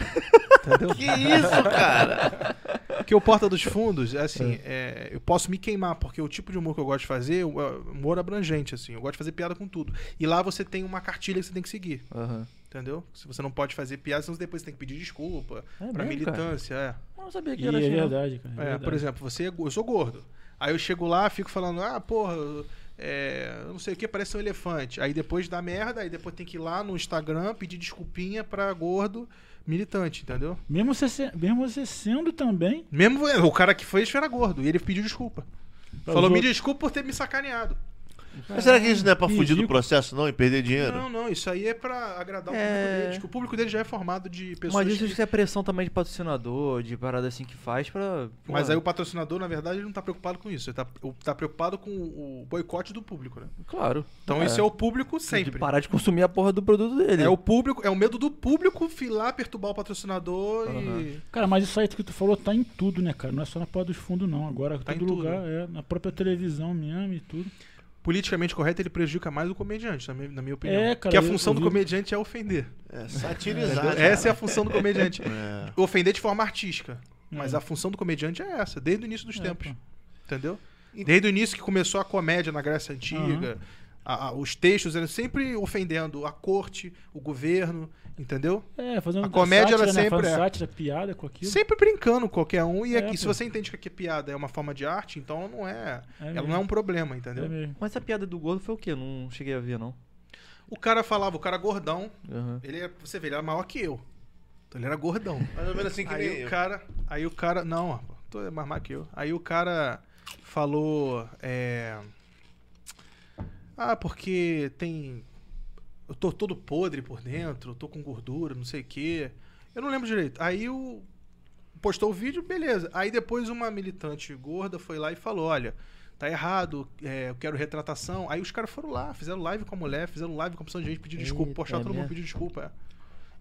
Entendeu? Que isso, cara? Porque o Porta dos Fundos, assim, é, eu posso me queimar, porque o tipo de humor que eu gosto de fazer é humor abrangente, assim. Eu gosto de fazer piada com tudo. E lá você tem uma cartilha que você tem que seguir, Aham. entendeu? Se você não pode fazer piada, senão depois você tem que pedir desculpa É pra mesmo, cara? militância. É. Eu não sabia que E é era assim, não. verdade, cara. É, por exemplo, você é go- eu sou gordo. Aí eu chego lá, fico falando, ah, porra, eu- é, eu não sei o que, parece um elefante. Aí depois dá merda, aí depois tem que ir lá no Instagram pedir desculpinha pra gordo militante, entendeu? Mesmo você, se- mesmo você sendo também. Mesmo é, o cara que fez era gordo, e ele pediu desculpa. Pra Falou, os me outros- desculpa por ter me sacaneado. Mas será que isso não é pra Que fugir do ridículo. processo, não? E perder dinheiro? Não, não, isso aí é pra agradar o É. público deles, que o público deles já é formado de pessoas. Mas isso que- que é pressão também de patrocinador, de parada assim que faz pra. Mas Pô, aí o patrocinador, na verdade, ele não tá preocupado com isso. Ele tá, o- tá preocupado com o o boicote do público, né? Claro. Então isso é o público sempre. De parar de consumir a porra do produto dele. É o público, é o medo do público filar, perturbar o patrocinador e. Cara, mas isso aí que tu falou tá em tudo, né, cara? Não é só na porta dos fundos, não. Agora, Tá em todo tudo. lugar, é, na própria televisão mesmo e tudo. Politicamente correto, ele prejudica mais o comediante, na minha, na minha opinião. É, cara, que a eu- função eu do vi- comediante é ofender. É satirizar. Essa é a função do comediante. tá. É. ofender de forma artística. Mas É. a função do comediante é essa, desde o início dos É, tempos. pô. Entendeu? Desde o início que começou a comédia na Grécia Antiga, a- a- os textos eram sempre ofendendo a corte, o governo, entendeu? É, fazendo A comédia era sátira, né? sempre, Fazendo é. sátira, piada com aquilo. Sempre brincando com qualquer um. E É, aqui, se pô. você entende que aqui piada é uma forma de arte, então não é. É ela mesmo. não é um problema, entendeu? É mesmo. Mas essa piada do gordo foi o quê? Não cheguei a ver, não. O cara falava, o cara gordão, Aham. ele é, você vê, ele era maior que eu. Então ele era gordão. Mais ou menos assim que nem Aí eu. o cara, aí o cara, não, pô, tu é mais magro que eu. Aí o cara falou, é, ah, porque tem, eu tô todo podre por dentro, eu tô com gordura, não sei o quê. Eu não lembro direito. Aí o postou o vídeo, beleza. Aí depois uma militante gorda foi lá e falou, olha, tá errado, é, eu quero retratação. Aí os caras foram lá, fizeram live com a mulher, fizeram live com a opção de gente, pedir desculpa, Eita, postar todo mundo né? pedir desculpa. é.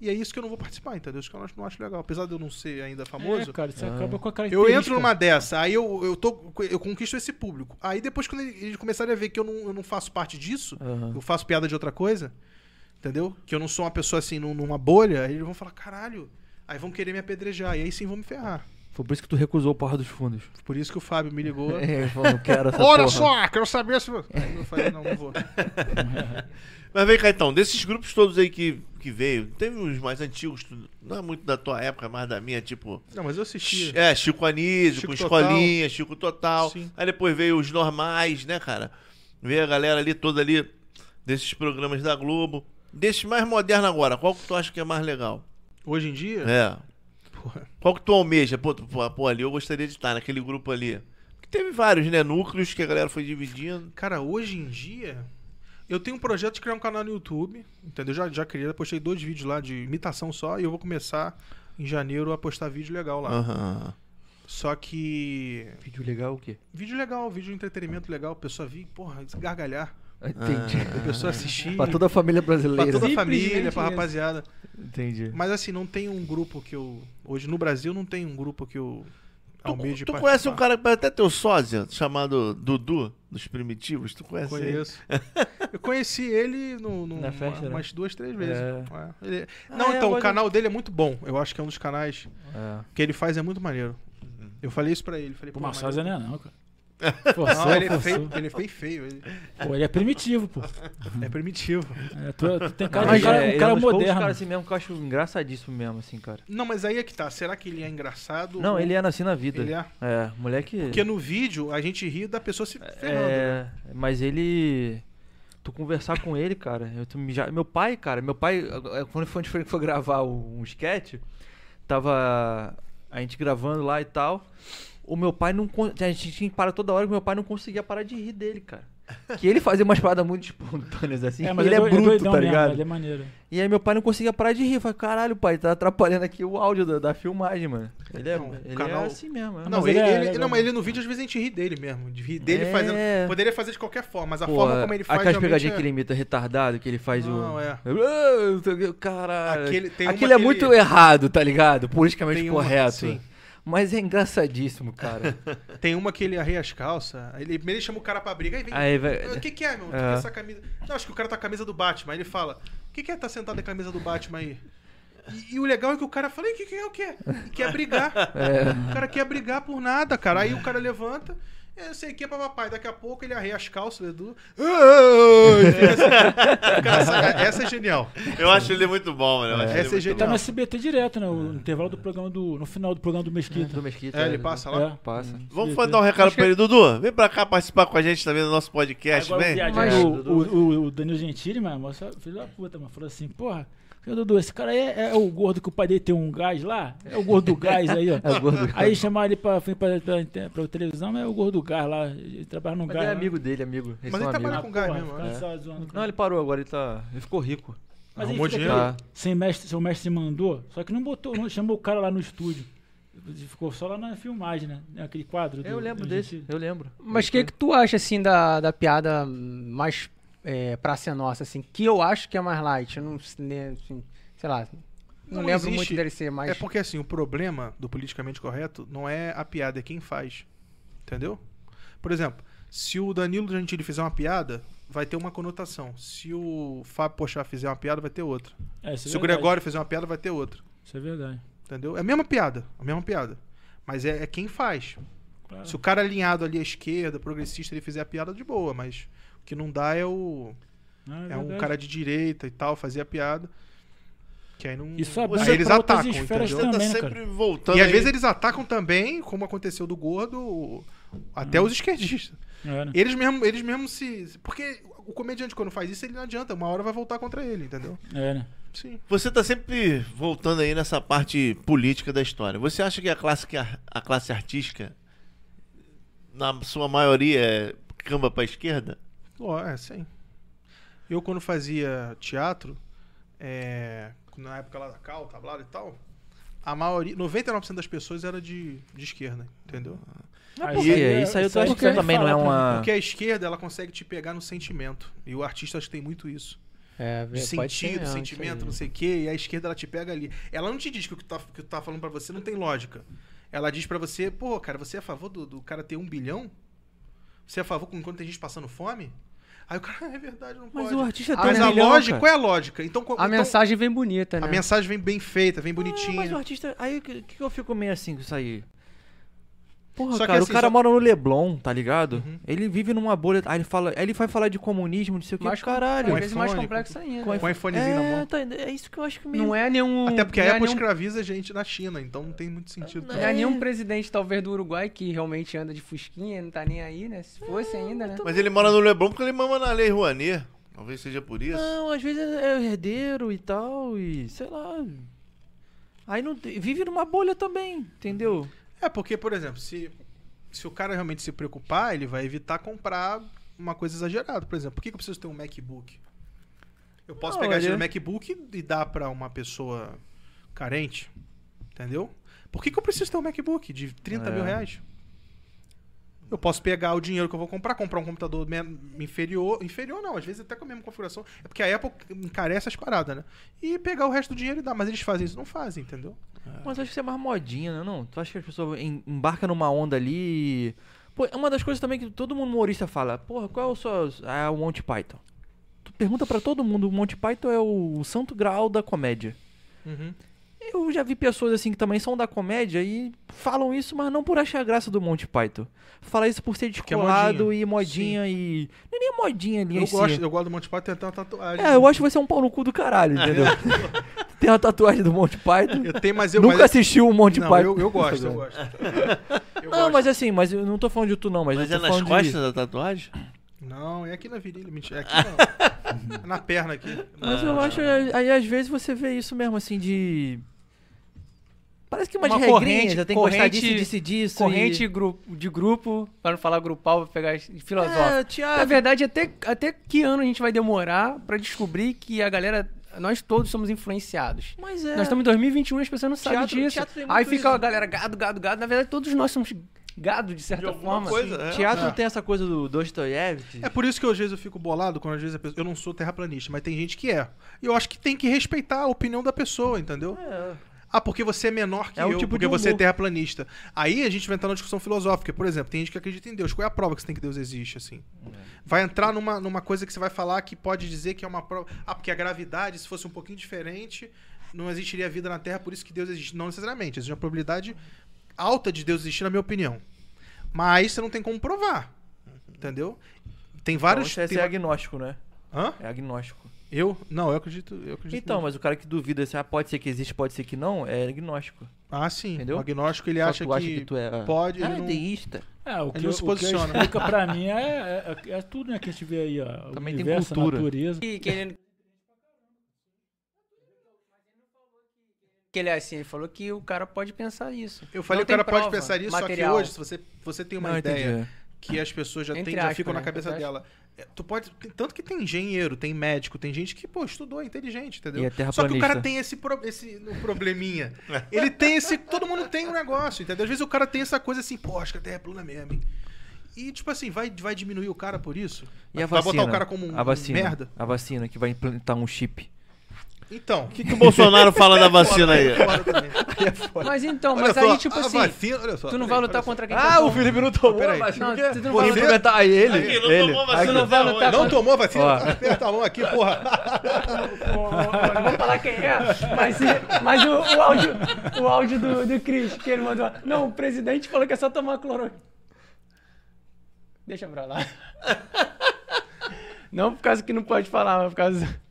E é isso que eu não vou participar, entendeu? Isso que eu não acho, não acho legal. Apesar de eu não ser ainda famoso, É, cara, isso Ah. acaba com a eu característica. entro numa dessa, aí eu, eu, tô, eu conquisto esse público. Aí depois, quando ele- eles começarem a ver que eu não, eu não faço parte disso, Aham. eu faço piada de outra coisa, entendeu? Que eu não sou uma pessoa assim, num- numa bolha, aí eles vão falar, caralho. Aí vão querer me apedrejar, e aí sim vão me ferrar. Foi por isso que tu recusou o porra dos fundos. Por isso que o Fábio me ligou. É, falou, não quero essa Olha porra. só, "Ah, quero saber se. vo-" Aí eu falei, não, não vou. Mas vem cá então, desses grupos todos aí que, que veio, teve os mais antigos, tu- não é muito da tua época, mas da minha, tipo. Não, mas eu assisti. É, Chico Anísio, Chico com Total. Escolinha, Chico Total. Sim. Aí depois veio os normais, né, cara? Veio a galera ali toda ali desses programas da Globo. Desses mais modernos agora, qual que tu acha que é mais legal? Hoje em dia, É. porra, Qual que tu almeja? Pô, tu- pô, pô, ali eu gostaria de estar, naquele grupo ali. Porque teve vários, né? Núcleos que a galera foi dividindo. Cara, hoje em dia, eu tenho um projeto de criar um canal no YouTube, entendeu? Já, já criei, já postei dois vídeos lá de imitação só e eu vou começar em janeiro a postar vídeo legal lá. Ah. Aham. Só que. Vídeo legal o quê? Vídeo legal, vídeo de entretenimento legal, pessoa vir, porra, gargalhar, Entendi. a pessoa Ah. assistir. pra toda a família Ah. pra brasileira. toda a Simplesmente família, pra isso. rapaziada. Entendi. Mas assim, não tem um grupo que eu. Hoje no Brasil não tem um grupo que eu É almejo Tu, tu conhece um cara que parece até teu sósia, chamado Dudu, dos Primitivos? Tu Eu conhece ele? conheço. eu conheci ele no, no- Na festa, né? umas duas, três vezes. É. É, ele- Não, é, então, o agora- canal dele é muito bom. Eu acho que é um dos canais É. que ele faz é muito maneiro. Eu falei isso pra ele. Falei, Pô, pô, Marcelo maneiro. não é não, cara. Forçou, Não, ele é forçou. feio, ele é feio, feio. Ele Pô, ele é primitivo, pô. é primitivo. É, tu, tu tem cara Mas de um é, cara, um ele cara é um dos poucos moderno. caras assim mesmo que eu acho engraçadíssimo mesmo, assim, cara. Não, mas aí é que tá. Será que ele é engraçado? Não, ou- ele é assim na vida. Ele é? É, moleque. Porque no vídeo a gente ri da pessoa se ferrando. É, mas ele. Tu conversar com ele, cara. Eu, tu me já, meu pai, cara, meu pai, eh, quando foi, a gente foi, foi gravar o- um sketch, tava a gente gravando lá e tal. O meu pai não. con- A gente tinha que parar toda hora, que meu pai não conseguia parar de rir dele, cara. Que ele fazia umas paradas muito espontâneas assim. É, mas ele é, doi- bruto, doidão tá mesmo, ligado? Ele é maneiro. E aí meu pai não conseguia parar de rir. Eu Falei, caralho, pai, tá atrapalhando aqui o áudio da, da filmagem, mano. Ele é, Não, o ele canal- é assim mesmo. é. Não, Mas ele ele, é- ele- ele é não, mas ele no vídeo às vezes a gente ri dele mesmo. De rir dele É. fazendo. Poderia fazer de qualquer forma, mas a Pô, forma como ele faz. Aquelas realmente pegadinhas é- que ele imita retardado, que ele faz Não, o. é. Ah, não sei o quê, Caralho. Aquele- tem uma Aquilo é que muito ele- errado, tá ligado? Politicamente Tem uma, correto. sim. Mas é engraçadíssimo, cara. Tem uma que ele arreia as calças. aí Ele primeiro ele chama o cara pra briga. Aí vem. Aí, vai- "Ah, O que, que é, meu? Tu É. que é essa camisa? Não, acho que o cara tá com a camisa do Batman. Aí ele fala: O que, que é tá sentado com a camisa do Batman aí? E, e o legal é que o cara fala: "Ih, O que, que é o quê? E Quer brigar. É. O cara quer brigar por nada, cara. Aí o cara levanta. "É, Eu sei que é pra papai. Daqui a pouco ele arreia as calças do Edu. "Ah", fica assim. Cara, essa, essa é genial. Eu acho ele muito bom, mano. Eu acho Esse ele jeito Tá Não. no SBT direto, né? O intervalo do programa do. No final do programa do Mesquita. Do Mesquita, É, ele passa Hum. lá. É. Passa. Vamos fa- dar um recado pra ele, Dudu. Vem pra cá participar com a gente também do nosso podcast, Agora, vem. viadinho, Mas- né? o, o, o, o Danilo Gentili, mano, mostra, filho da puta, mano, falou assim, porra, seu Dudu, esse cara aí é, é o gordo que o pai dele tem um gás lá? É o gordo do gás aí, ó. É o gordo do Aí chamaram ele pra, pra, pra, pra, pra televisão, mas é o gordo do gás lá, ele trabalha no Mas gás. ele é lá. amigo dele, amigo. Eles Mas são ele tá amigos. trabalha Ah, com gás porra, mesmo, fica é. só zoando com Não, ele parou agora, ele tá. Ele ficou rico. Mas ele Arrumou fica dinheiro? aqui, Sem mestre, seu mestre mandou, só que não botou, não chamou o cara lá no estúdio. Ele Ficou só lá na filmagem, né? Aquele quadro. do- Eu lembro do desse, Gentili. eu lembro. Mas o Ele Uhum. que, que tu acha, assim, da, da piada mais é, praça nossa, assim? Que eu acho que é mais light. Eu não sei, né, assim, sei lá. Não Não, lembro existe. muito dele ser mais. É porque assim, o problema do politicamente correto não é a piada, é quem faz. Entendeu? Por exemplo, se o Danilo Gentili fizer uma piada, vai ter uma conotação. Se o Fábio Pochá fizer uma piada, vai ter outra. É, isso é se o verdade, Gregório fizer uma piada, vai ter outra. Isso é verdade. Entendeu? É a mesma piada, a mesma piada. Mas é, é quem faz. Claro. Se o cara alinhado ali à esquerda, progressista, ele fizer a piada de boa, mas o que não dá é o. Não, É, um verdade. cara de direita e tal, fazer a piada. Que aí não. Isso aí abrange eles pra outras atacam, esferas Você entendeu? tá também, né, sempre cara? voltando. E às aí. vezes eles atacam também, como aconteceu do gordo, o- até os esquerdistas. É, né? Eles mesmo, eles mesmo se. se- Porque o comediante, quando faz isso, ele não adianta. Uma hora vai voltar contra ele, entendeu? É, né? Sim. Você tá sempre voltando aí nessa parte política da história. Você acha que a classe, que a, a classe artística, na sua maioria, é camba pra esquerda? Ó, é, sim. Eu, quando fazia teatro, é, na época lá da Cal, tablado e tal, a maioria. 99% das pessoas era de, de esquerda, entendeu? Ah, Mas Aí por quê? é- Isso aí eu isso tô aí achando porque- que também não é fala pra uma. Porque a esquerda, ela consegue te pegar no sentimento. E o artista, acho que tem muito isso. É, de pode ser, sentido, não, sentimento, isso não aí. sei o quê, e a esquerda ela te pega ali. Ela não te diz que o que tu tá, que tu tá falando pra você não tem lógica. Ela diz pra você, pô, cara, você é a favor do, do cara ter um bilhão? Você é a favor com enquanto tem gente passando fome? Aí o cara, é verdade, não Mas pode. o artista Ah, tem Mas um a milhão, lógica, cara. qual é a lógica? Então, co- A então, mensagem vem bonita, né? a mensagem vem bem feita, vem É, mas o bonitinha. artista. Aí o que, que eu fico meio assim com isso aí? Porra, Só que cara, assim, o cara só- Uhum. mora no Leblon, tá ligado? Ele vive numa bolha. Aí ele, fala, aí ele vai falar de comunismo, não sei o é que. Mais caralho. Às com vezes mais iPhone, complexo ainda. com um iPhonezinho é, um na mão. tá, é isso que eu acho que meio. Não é nenhum. Até porque não a é Apple nenhum, escraviza gente na China, então não tem muito sentido. não é nenhum presidente, talvez, do Uruguai que realmente anda de fusquinha, não tá nem aí, né? Se fosse É, ainda, né? Mas ele mora no Leblon porque ele mama na Lei Rouanet. Talvez seja por isso. Ah, Não, às vezes é o herdeiro e tal, e sei lá. Aí não tem- vive numa bolha também, entendeu? É, porque, por exemplo, se, se o cara realmente se preocupar, ele vai evitar comprar uma coisa exagerada. Por exemplo, por que que eu preciso ter um MacBook? Eu posso Não, pegar dinheiro ele- no MacBook e- e dar pra uma pessoa carente, entendeu? Por que, que eu preciso ter um MacBook de 30 mil É. reais? Eu posso pegar o dinheiro que eu vou comprar, comprar um computador men- inferior. Inferior não, às vezes até com a mesma configuração. É porque a Apple encarece as paradas, né? E pegar o resto do dinheiro e dar. Mas eles fazem isso, não fazem, entendeu? Mas acho que isso é mais modinha, né? Não? Tu acha que as pessoas em- embarcam numa onda ali e... Pô, é uma das coisas também que todo mundo humorista fala. Porra, qual é o seu... Ah, o Monty Python. Tu pergunta pra todo mundo, o Monty Python é o, santo graal da comédia. eu já vi pessoas assim que também são da comédia e falam isso, mas não por achar graça do Monty Python. Fala isso por ser é descolado modinha. e modinha e. Não é nem modinha ali Eu em si. gosto, eu gosto do Monty Python, tem uma tatuagem. É, eu acho que vai ser um pau no cu do caralho, entendeu? Tem uma tatuagem do Monty Python. Eu tenho, mas eu... Nunca mas- assistiu o Monty não, Python. eu, eu gosto, eu gosto. Eu Não, gosto. mas assim, mas eu não tô falando de tu não, mas, Mas eu é tô nas falando costas de... da tatuagem? Não, é aqui na virilha, mentira. É aqui não. É na perna aqui. Mas eu acho, aí às vezes você vê isso mesmo, assim, de... Parece que umas Uma regrinhas, corrente- já tem que gostar corrente- disso, disso, e disso. Corrente e... gru- de grupo, pra não falar grupal, pra pegar de filosófico. É, tinha... Na Ah, verdade, até, até que ano a gente vai demorar pra descobrir que a galera, nós todos somos influenciados? Mas é... Nós estamos em 2021 e as pessoas não sabem Teatro- disso. teatro tem muito Aí fica isso. a galera gado, gado, gado. Na verdade, todos nós somos gado, de certa De alguma forma. assim. coisa, é. Teatro É. tem essa coisa do Dostoiévski. É por isso que às vezes eu fico bolado quando às vezes a pessoa... Eu não sou terraplanista, mas tem gente que é. E eu acho que tem que respeitar a opinião da pessoa, entendeu? É. Ah, porque você é menor que É um eu, tipo de porque você é humor. terraplanista. Aí a gente vai entrar numa discussão filosófica. Por exemplo, tem gente que acredita em Deus. Qual é a prova que você tem que Deus existe, assim? Vai entrar numa, numa coisa que você vai falar que pode dizer que é uma prova... Ah, porque a gravidade, se fosse um pouquinho diferente, não existiria vida na Terra, por isso que Deus existe. Não necessariamente. Existe uma probabilidade alta de Deus existir, na minha opinião. Mas você não tem como provar. Entendeu? Tem Então, vários... você tem é va- agnóstico, né? Hã? É agnóstico. Eu? Não, eu acredito... Eu acredito Então, nisso. mas o cara que duvida se ah, pode ser que existe, pode ser que não, é agnóstico. Ah, sim. Entendeu? O agnóstico, ele Só acha tu que, acha que tu é- pode... Ah, ele não- ateísta. É, o Ele que, não eu- se o que eu posiciona. explica pra mim é, é- é tudo né, que a gente vê aí, ó. Também o tem universo, cultura. A natureza. E que ele... que ele é assim, ele falou que o cara pode pensar isso. Eu falei Não que o cara tem pode prova pensar isso, material. só que hoje, se você, você tem uma Não, ideia entendi. é. que as pessoas já, Entre têm, já aspas, ficam na né? cabeça Entre dela. É, Tu pode. tem- Tanto que tem engenheiro, tem médico, tem gente que, pô, estudou, é inteligente, entendeu? E é terraplanista. Só que o cara tem esse, pro- esse no probleminha. É. Ele tem esse. Todo mundo tem um negócio, entendeu? Às vezes o cara tem essa coisa assim, pô, acho que a terra é plana mesmo, hein? E, tipo assim, vai, vai diminuir o cara por isso? E a vai vacina? botar o cara como um, a vacina, um merda? A vacina que vai implantar um chip. Então. O que, que o Bolsonaro fala da vacina aí? Foda também. Mas então, Olha mas só, ah, aí, tipo a assim, vacina- olha só, tu não peraí, vai olha lutar só. contra quem tá Ah, tomou. o Felipe não tomou, Peraí. mas Não, porque- tu não Vou vai implementar- Ah, ele, Aqui, não ele. tomou vacina Aqui. não vai até lutar hoje. Não tomou a vacina? Ó. Aperta a mão aqui, porra. Não vou falar quem é, mas, mas o, o áudio, o áudio do, do Cris, que ele mandou. Não, o presidente falou que é só tomar cloroquina. Deixa pra lá. Não por causa que não pode falar, mas por causa.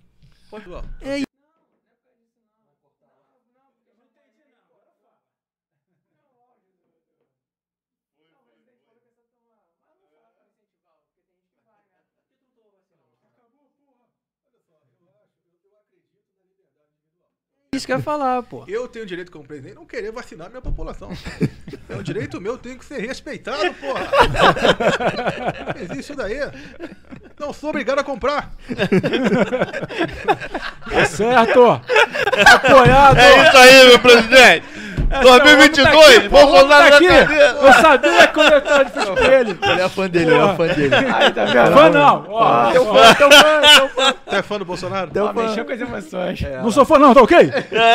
Isso que eu ia falar, pô. Eu tenho o direito como presidente não querer vacinar minha população. É um direito meu, tem que ser respeitado, porra. Mas isso daí. Não sou obrigado a comprar. Tá certo! Apoiado! É isso aí, meu presidente! 2022, Bolsonaro tá na aqui! cadeia! Eu sabia que eu ia estar de frente pra ele! Ele é fã dele, ele é fã dele. Aí, tá vendo? Fã não! Ó, Teu fã, teu fã, teu fã. Tu é fã do Bolsonaro? Teu Ó, mexeu com as emoções. não sou fã não, tá ok?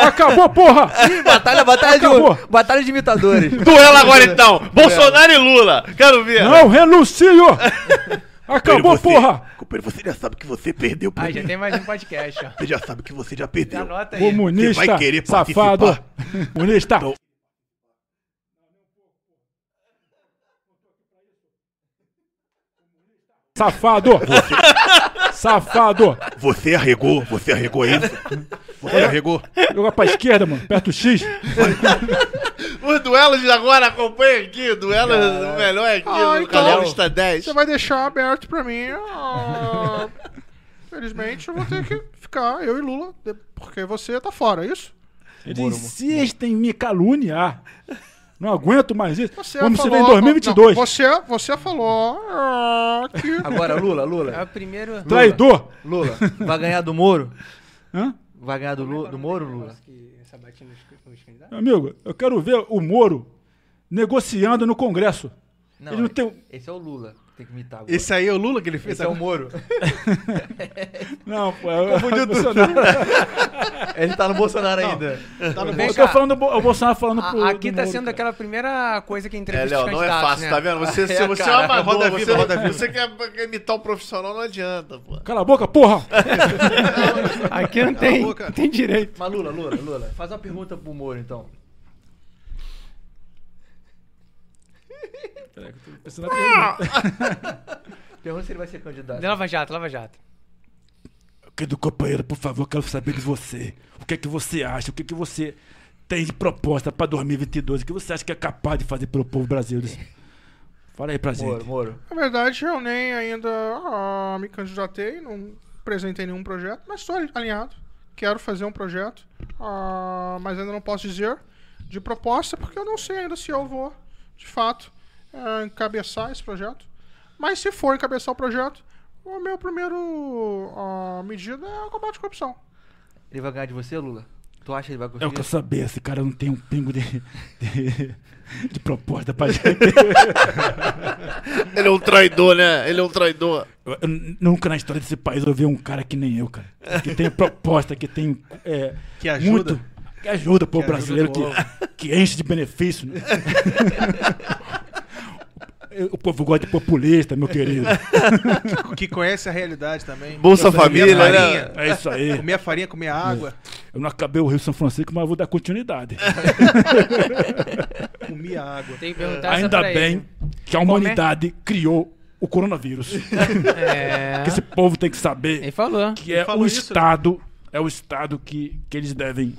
Acabou, porra! Batalha, batalha de, Acabou. batalha de imitadores. Duelo agora então! Bolsonaro e Lula! Quero ver! Não renuncio! Acabou, porra! Companheiro, você já sabe que você perdeu pra Aí, já mim. tem mais um podcast, ó. Você já sabe que você já Já perdeu. anota aí. Você Comunista, vai querer Então- safado, comunista. Safado, safado. Você arregou, você arregou é isso. Você É. arregou. Joga pra esquerda, mano, perto do X. Os duelos de agora acompanha aqui, o duelo o melhor é aqui Ah, no então. canal Insta 10. Você vai deixar aberto pra mim. ah, Infelizmente, eu vou ter que ficar, eu e Lula, de- porque você tá fora, é isso? Eles insistem em me caluniar. Não aguento mais isso. Você Vamos se ver falou- em Não, 2022. você, você falou ah, que Agora, Lula, É Lula, o primeiro. Traidor. Lula. Vai ganhar do Moro? Hã? Vai ganhar do, Lu, do Moro, Lula? Que essa batida nos- nos candidatos? Meu Amigo, eu quero ver o Moro negociando no Congresso. Ele não tem- esse é o Lula. Tem que imitar agora. Esse aí é o Lula que ele fez? Esse é o Moro. Não, pô, é eu Confundiu tudo. Ele tá no Bolsonaro ainda. Tá no Vem Eu cá. tô falando do Bo- o Bolsonaro falando pro. A- aqui do tá Moro, sendo cara. aquela primeira coisa que É, entrevista Léo, os não é candidatos, fácil, né? tá vendo? Você, se É, você é cara. um amador, Roda viva, você, roda viva. você quer imitar o profissional, não adianta, pô. Cala a boca, porra! Aqui não Cala a tem, boca. não tem direito. Mas Lula, Lula, Lula, faz uma pergunta pro Moro então. Pensando na Ah. pergunta. Pergunta se ele vai ser candidato. Lava Jato, Lava Jato. Querido companheiro, por favor, quero saber de você. O que é que você acha? O que é que você tem de proposta pra 2022? O que você acha que é capaz de fazer pelo povo brasileiro? Fala aí pra Moro, gente. Moro. Na verdade, eu nem ainda ah, me candidatei, não apresentei nenhum projeto, mas estou alinhado. Quero fazer um projeto, ah, mas ainda não posso dizer de proposta, porque eu não sei ainda se eu vou, de fato, eh, encabeçar esse projeto. Mas se for encabeçar o projeto, o meu primeiro ah, medida é o combate à corrupção. Ele vai ganhar de você, Lula? Tu acha que ele vai Eu conseguir? quero saber, esse cara não tem um pingo de, de, de proposta pra gente. Ele é um traidor, né? Ele é um traidor. Eu- eu n- nunca na história desse país eu vi um cara que nem eu, cara. Que tem proposta, que tem. É, Que ajuda. Muito, que ajuda o povo Que ajuda brasileiro, o que, que enche de benefício. né? o povo gosta de populista, meu querido. Que conhece a realidade também. Bolsa Família, Família, né? Marinha. É isso aí. Comer a farinha, comer a água, Eu não acabei o Rio São Francisco, mas eu vou dar continuidade. comer a água. Tem que perguntar essa Ainda pra bem ele. que a humanidade criou o coronavírus. É. Que esse povo tem que saber. Ele falou. que é falou o isso, né? estado é o estado que, que eles devem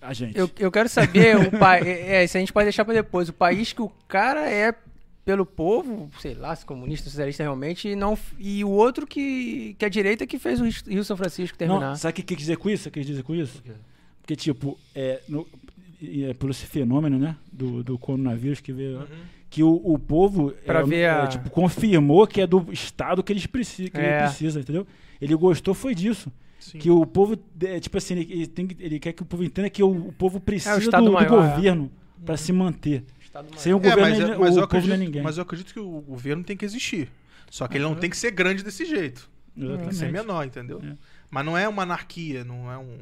a gente Eu, eu quero saber, o pa... é, é, isso a gente pode deixar pra depois. O país que o cara é pelo povo, sei lá, se comunista, socialista realmente, e, não... e o outro que, que é a direita que fez o Rio- Rio São Francisco terminar. não sabe o que quer dizer com isso quer dizer com isso porque tipo é, no- e é pelo esse fenômeno né do, do coronavírus que veio que o, o povo Pra é, ver é, a- tipo, confirmou que é do estado que eles precisam que ele É. precisa entendeu ele gostou foi disso Que o povo, é, tipo assim, ele, ele tem que- ele quer que o povo entenda que o, o povo precisa Estado do, do maior, é. governo pra se manter. Estado Sem o É, governo, mas, ele- eu- mas o povo eu não é acredito, ninguém. mas eu acredito que o governo tem que existir. Só que ele não tem que ser grande desse jeito. Tem que ser Exatamente. menor, entendeu? É. Mas não é uma anarquia, não é um.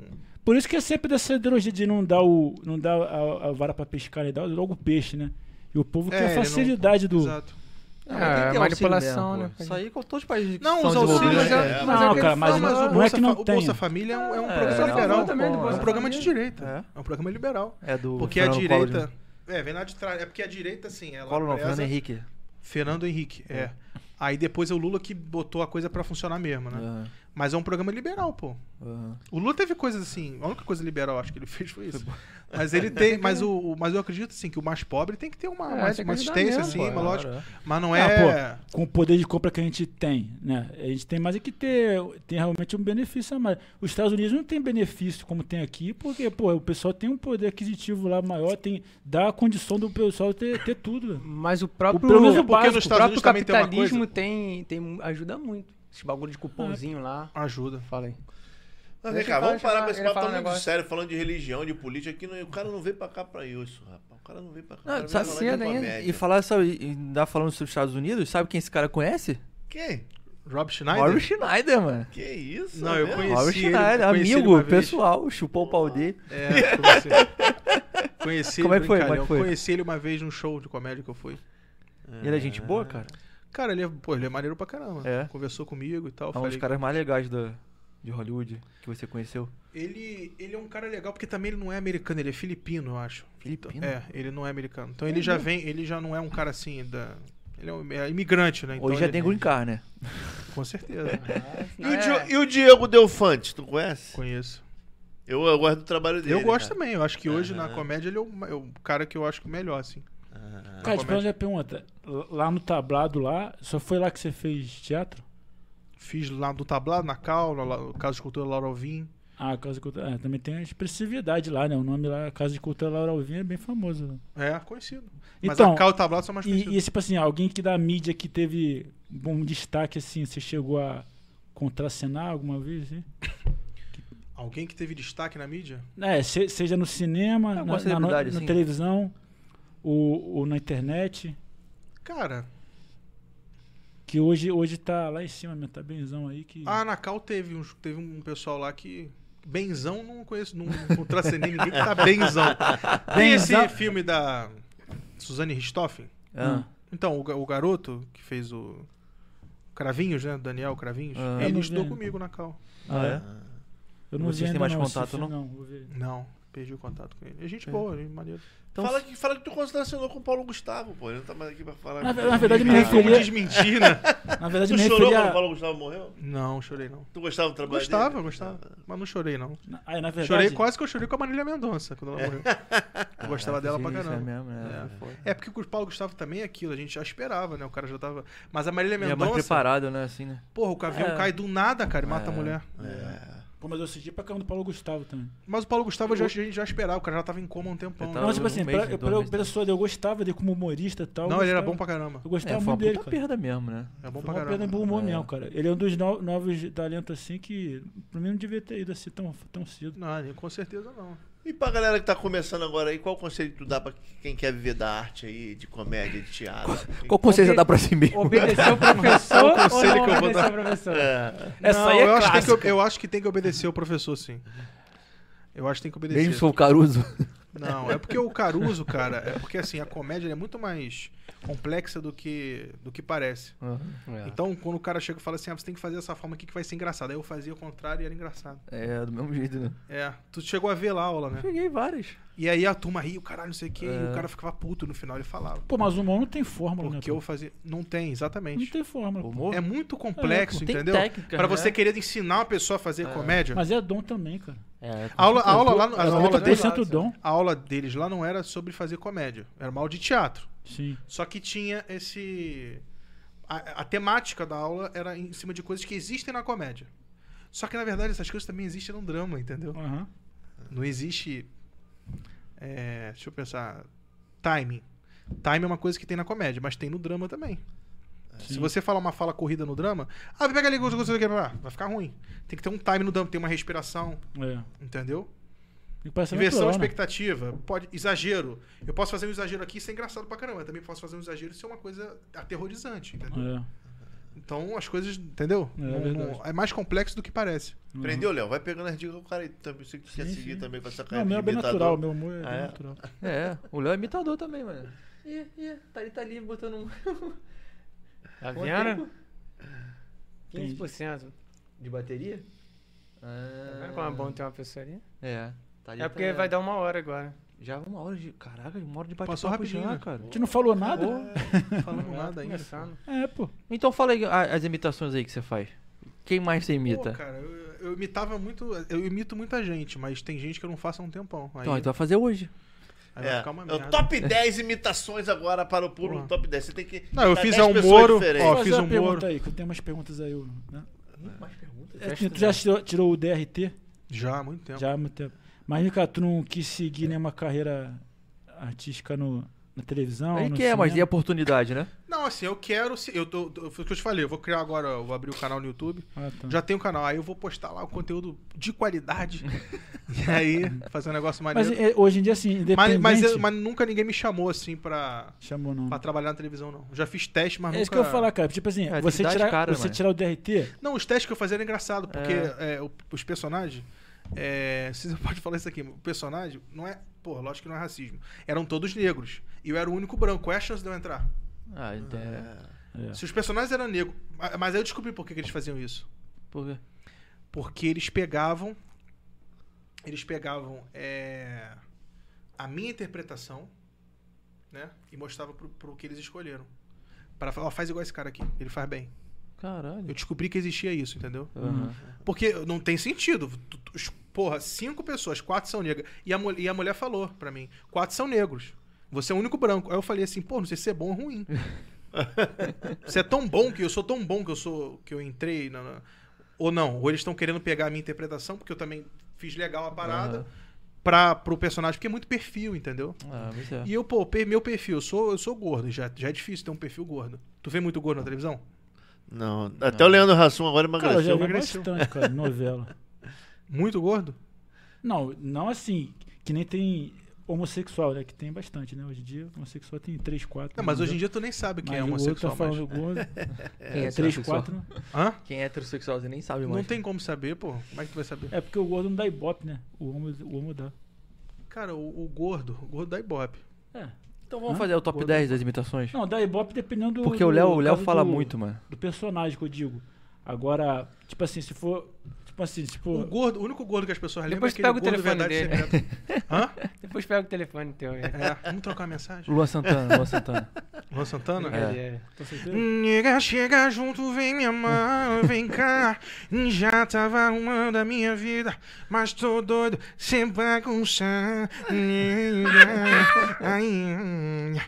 Por isso que é sempre dessa ideologia de não dar, o, não dar a, a vara pra pescar e dar logo o peixe, né? E o povo É, quer a ele não- facilidade do. Exato. Ah, mas tem que É, ter auxílio manipulação, mesmo, né? pô. Isso aí com todos os países que Não, são os auxílios, desenvolvidos, mas né? é- Não, o que ele cara, mas fala- não, mas o não é um Bolsa, que não Fa- o tem. Bolsa Família é um, é um É, programa é, liberal. também do É um Bolsa programa de Família. direita. É, um programa liberal. É do porque Fernando a Collor de- direita. É, vem lá de trás. É porque a direita, assim, ela. Collor não, preza- Fernando Henrique. Fernando Henrique, é. Aí depois é o Lula que botou a coisa pra funcionar mesmo, né? Aham, Mas é um programa liberal, pô. aham. O Lula teve coisas assim, a única coisa liberal acho que ele fez foi isso. Mas ele tem, mas o, o- mas eu acredito assim que o mais pobre tem que ter uma, É, mais- tem que uma ajudar assistência mesmo, assim, uma lógica. Mas não Ah, é, pô, com o poder de compra que a gente tem, né? A gente tem mais é que ter, tem realmente um benefício a mais. Os Estados Unidos não tem benefício como tem aqui, porque, pô, o pessoal tem um poder aquisitivo lá maior, tem, dá a condição do pessoal ter, ter tudo. Mas o próprio, pelo menos o o básico. próprio nos Estados Unidos também tem uma capitalismo tem, tem- ajuda muito. Esse bagulho de cupomzinho lá. ajuda. Fala aí. Mas vem Deixa cá, eu vamos falar, parar com esse ele papo fala tá um muito negócio. sério, falando de religião, de política, aqui não- o cara não veio pra cá pra isso, rapaz. O cara não veio pra cá pra Não, vir tá sabe falar de cedo ainda. comédia. E falar sobre, e ainda falando sobre os Estados Unidos, sabe quem esse cara conhece? Quem? Rob Schneider? Rob Schneider, mano. Que isso? Não, eu né? conheci Rob ele, Schneider, conheci ele uma amigo, vez. pessoal, chupou o pau dele. É, conheci. conheci Como ele, é que foi? brincalhão. Como é que foi? Conheci ele uma vez num show de comédia que eu fui. Ele é gente boa, cara. Cara, ele é, pô, ele é maneiro pra caramba. É? Conversou comigo e tal. É um dos falei- caras mais legais da, de Hollywood que você conheceu. Ele, ele é um cara legal porque também ele não é americano, ele é filipino, eu acho. Filipino? Então, é, ele não é americano. Então ele já vem, ele já não é um cara assim da ele é um é imigrante, né? Então Hoje já ele- tem green card, né? Com certeza. né? E o, É. Di- e o Diego Delfante, tu conhece? Conheço. Eu, eu gosto do trabalho dele. eu gosto cara. também. Eu acho que hoje na é Aham. comédia ele é o, é o cara que eu acho que melhor, assim. Cara, deixa eu comédia. fazer uma pergunta. Lá no tablado lá, só foi lá que você fez teatro? Fiz lá do tablado, na Cal, na La- Casa de Cultura Laurovim. Ah, Casa de Cultura. ah, também tem a expressividade lá, né? O nome lá, Casa de Cultura Laura Alvim, é bem famoso. né? É, conhecido. Mas Então, a Cal e o tablado são mais E, conhecidos. e esse, tipo assim, alguém que da mídia que teve um destaque, assim, você chegou a contracenar alguma vez? Assim? Alguém que teve destaque na mídia? É, se- seja no cinema, na, Alguma na, no- celebridade, na assim. televisão, ou, ou na internet. Cara, Que hoje, hoje tá lá em cima mesmo, tá benzão aí que. A Anacal ah, teve, uns, teve um pessoal lá que. Benzão, não conheço, não, não tracei nem ninguém que tá benzão. Tem esse Benzão. filme da Suzane Richthofen. Ah, Então, o, ga- o garoto que fez o. Cravinhos, né? Daniel Cravinhos. Ah. ele Não estudou vi. comigo na Cal. ah, é? eu não Vocês vi têm ainda mais não, esse contato, filme, não? vou ver. Não, perdi o contato com ele. É gente boa, gente maneiro. Então, fala, que, fala que tu contracionou com o Paulo Gustavo, pô. Ele não tá mais aqui pra falar. Na, com na verdade, me ninguém, Como referia. Ah, desmentir, né? Na verdade, Tu me chorou referia. quando o Paulo Gustavo morreu? Não, chorei não. Tu gostava do trabalho Gostava, dele? gostava. Mas não chorei, não. Na- Ah, na verdade, Chorei quase que eu chorei com a Marília Mendonça quando ela morreu. Eu gostava dela pra É. Isso é caramba. mesmo, né? Foi. É porque com o Paulo Gustavo também é aquilo, a gente já esperava, né? O cara já tava. Mas a Marília Ele é mais Mendonça, preparado, né? Assim, né? porra, o avião É. cai do nada, cara, e mata a É. mulher. é. Pô, mas eu assisti pra caramba do Paulo Gustavo também. Mas o Paulo Gustavo já, a gente já esperava, o cara já tava em coma há um tempão. Ele né? tava- não, tipo assim, um mês, pra, dois pra- meses, pra pessoa, eu gostava dele como humorista e tal. Não, eu ele era gostava- bom pra caramba. Eu É, gostava foi uma muito dele. puta Cara. perda mesmo, né? Era bom Foi pra uma perda caramba. pro humor É. mesmo, cara. Ele é um dos no- novos talentos assim que, pra mim, não devia ter ido assim tão, tão cedo. Não, nem- com certeza não. E pra galera que tá começando agora aí, qual conselho tu dá pra quem quer viver da arte aí, de comédia, de teatro? Quem- Qual conselho você dá pra si mesmo? Obedeceu o professor É o ou conselho não que eu vou obedeceu o professor? É, Essa aí é eu, acho que tem que- clássica. eu acho que tem que obedecer o professor, sim. Eu acho que tem que obedecer. Mesmo sou o Caruso. Não, é porque o Caruso, cara, é porque assim, a comédia é muito mais complexa do que, do que parece. É. Então, quando o cara chega e fala assim, ah, você tem que fazer dessa forma aqui que vai ser engraçado. Aí eu fazia o contrário e era engraçado. É, do mesmo jeito, né? É, tu chegou a ver lá a aula, né? Peguei várias. E aí a turma ria, o caralho, não sei o quê, e É. o cara ficava puto no final, ele falava. Pô, mas o humor não tem fórmula, né? Porque pô? eu fazia. Não tem, Não exatamente. tem fórmula. pô. Humor? É muito complexo, É, pô, tem entendeu? técnica, Pra né? você querer ensinar uma pessoa a fazer comédia. Mas é dom também, cara. É, A aula, a aula lá, a é aula, deles, 90% dom. a aula deles lá não era sobre fazer comédia, era uma aula de teatro. Sim. Só que tinha esse. A, a temática da aula era em cima de coisas que existem na comédia. Só que, na verdade, essas coisas também existem no drama, entendeu? Aham. Não existe. é, deixa eu pensar. Timing. Timing é uma coisa que tem na comédia, mas tem no drama também. Se Sim. você falar uma fala corrida no drama, ah, pega ali, gosto, gosto, gosto, ah, vai ficar ruim. Tem que ter um time no drama, tem uma respiração, É. entendeu? Tem que parecer Inversão natural, né? expectativa, pode exagero. Eu posso fazer um exagero aqui e ser engraçado pra caramba, eu também posso fazer um exagero e ser uma coisa aterrorizante, entendeu? É. Então as coisas, entendeu? É, Não- não- verdade. é mais complexo do que parece. Prendeu, Léo? Vai pegando as dicas do cara aí. Também sei que tu quer Uhum. Sim, seguir sim. também com essa Não, cara o meu é de bem imitador. natural, o meu humor é bem Ah, é? natural. É, o Léo é imitador também, mano. Ih, ih, tá ali, tá ali, botando um... Tá É, vendo? 15%. De bateria? Tá Olha como é bom ter uma pessoa ali. Ah. É. Tá ali É porque pra- vai dar uma hora agora. Já uma hora de. Caraca, uma hora de bate Passou rapidinho, já, né? cara. A gente não falou nada? Não falamos nada ainda. Tá Começando. É, pô. Então fala aí a- as imitações aí que você faz. Quem mais você Pô, imita? cara, eu, eu imitava muito. Eu imito muita gente, mas tem gente que eu não faço há um tempão. Aí, então, então vai fazer hoje. aí vai É, ficar uma é o merda. top 10 imitações agora para o público. Top 10. Você tem que. Não, eu imitar fiz 10 é um pessoas Moro, diferentes. ó, Fazer fiz uma um pergunta Moro. aí, que eu tenho umas perguntas aí. Né? mais perguntas? É, tu já tirou, tirou o DRT? Já há muito tempo. Já há muito tempo. Mas, Ricardo, tu não quis seguir nenhuma carreira artística no, na televisão? Aí no que é, mas e a cinema? oportunidade, né? Não, assim, eu quero. se- Eu tô, tô- foi o que eu te falei, eu vou criar agora, eu vou abrir o canal no YouTube. Ah, tá. Já tem o canal, aí eu vou postar lá o conteúdo de qualidade. e aí, fazer um negócio Mas maneiro. é, hoje em dia, assim, Mas, independente... mas, eu- mas nunca ninguém me chamou assim pra, Chamou não. pra trabalhar na televisão, não. Já fiz teste, É mas nunca. isso que eu ia falar, cara. Tipo assim, É, tem você, que dar de tirar, cara, você mano. tirar o DRT... Não, os testes que eu fazia era engraçado, porque É. é, o- os personagens. É, você pode falar isso aqui, o personagem não é. Pô, lógico que não é racismo. Eram todos negros. E eu era o único branco. Qual é a chance de eu entrar? Ah, então é. É. Se os personagens eram negros. ma- Mas aí eu descobri por que, que eles faziam isso. Por quê? Porque eles pegavam. Eles pegavam é, a minha interpretação, né? E mostrava pro, pro que eles escolheram. Pra falar, ó, faz igual esse cara aqui, ele faz bem. Eu Caralho. descobri que existia isso, entendeu? Aham. Porque não tem sentido. Tu- tu- os- Porra, cinco pessoas, quatro são negras. E a, mu- e a mulher falou pra mim: quatro são negros. Você é o único branco. Aí eu falei assim, pô, não sei se é bom ou ruim. Você é tão bom que eu sou tão bom que eu sou. que eu entrei na- na- Ou não, ou eles estão querendo pegar a minha interpretação, porque eu também fiz legal a parada Aham. pra, pro personagem, porque é muito perfil, entendeu? Ah, mas é. E eu, pô, per- meu perfil, eu sou, eu sou gordo, já, já é difícil ter um perfil gordo. Tu vê muito gordo na televisão? Não, até o Leandro Hassum agora Cara, eu já emagreceu. vi emagreceu. bastante, cara, novela. Muito gordo? Não, não assim, que nem tem homossexual, né? Que tem bastante, né? Hoje em dia, homossexual tem né? 3, 4. Não, mas hoje em dia tu nem sabe quem é homossexual Tá mais. falando gordo. Quem é 3, heterossexual? 4. Hã? Quem é heterossexual, você nem sabe mais. Não tem como saber, pô. Como é que tu vai saber? É porque o gordo não dá ibope, né? O homo, o homo dá. Cara, o, o gordo, o gordo da Ibope. É. Então vamos Hã? fazer o top 10 das imitações. Não, dá ibope dependendo do. Porque o Léo, do o Léo caso fala do- muito, mano. Do personagem que eu digo. Agora, tipo assim, se for. Tipo assim, tipo. O gordo, o único gordo que as pessoas lembram é Depois aquele pega o gordo telefone verdade secreta. Hã? Depois pega o telefone teu aí. É, vamos trocar uma mensagem? Luan Santana, Luan Santana. Luan Santana? Brincadeira. Tá solteiro? Nega, chega junto, vem me amar, vem cá. Já tava arrumando a minha vida, mas tô doido, sem é bagunçar. Nega, ai,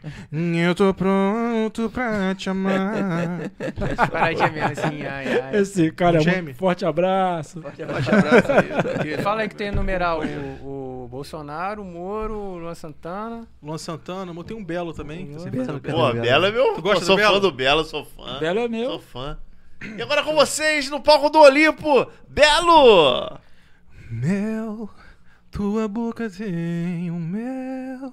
eu tô pronto pra te amar. As paradinhas mesmo assim, ai, ai. Esse cara, Um é gêmeo. muito forte abraço. Forte abraço aí, daquele. Fala aí que tem enumerar o, o Bolsonaro, o Moro, o Luan Santana. Luan Santana, mas tem um Belo também. que eu sempre falo Belo. Belo. Pô, a Bela é meu. Tu gosta eu sou do fã Belo? do Belo, sou fã. Belo é meu. Sou fã. E agora com vocês, no palco do Olimpo, Belo! Mel, tua boca tem um mel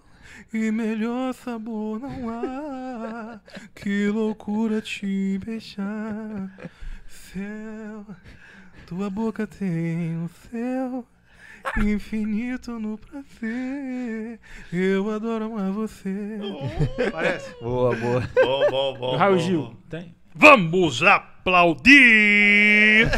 e melhor sabor não há. Que loucura te beijar. Céu, tua boca tem um céu infinito no prazer. Eu adoro amar você. Parece. Boa, boa. Bom, bom, bom. Raul bom, Gil. bom. Tem? Vamos aplaudir!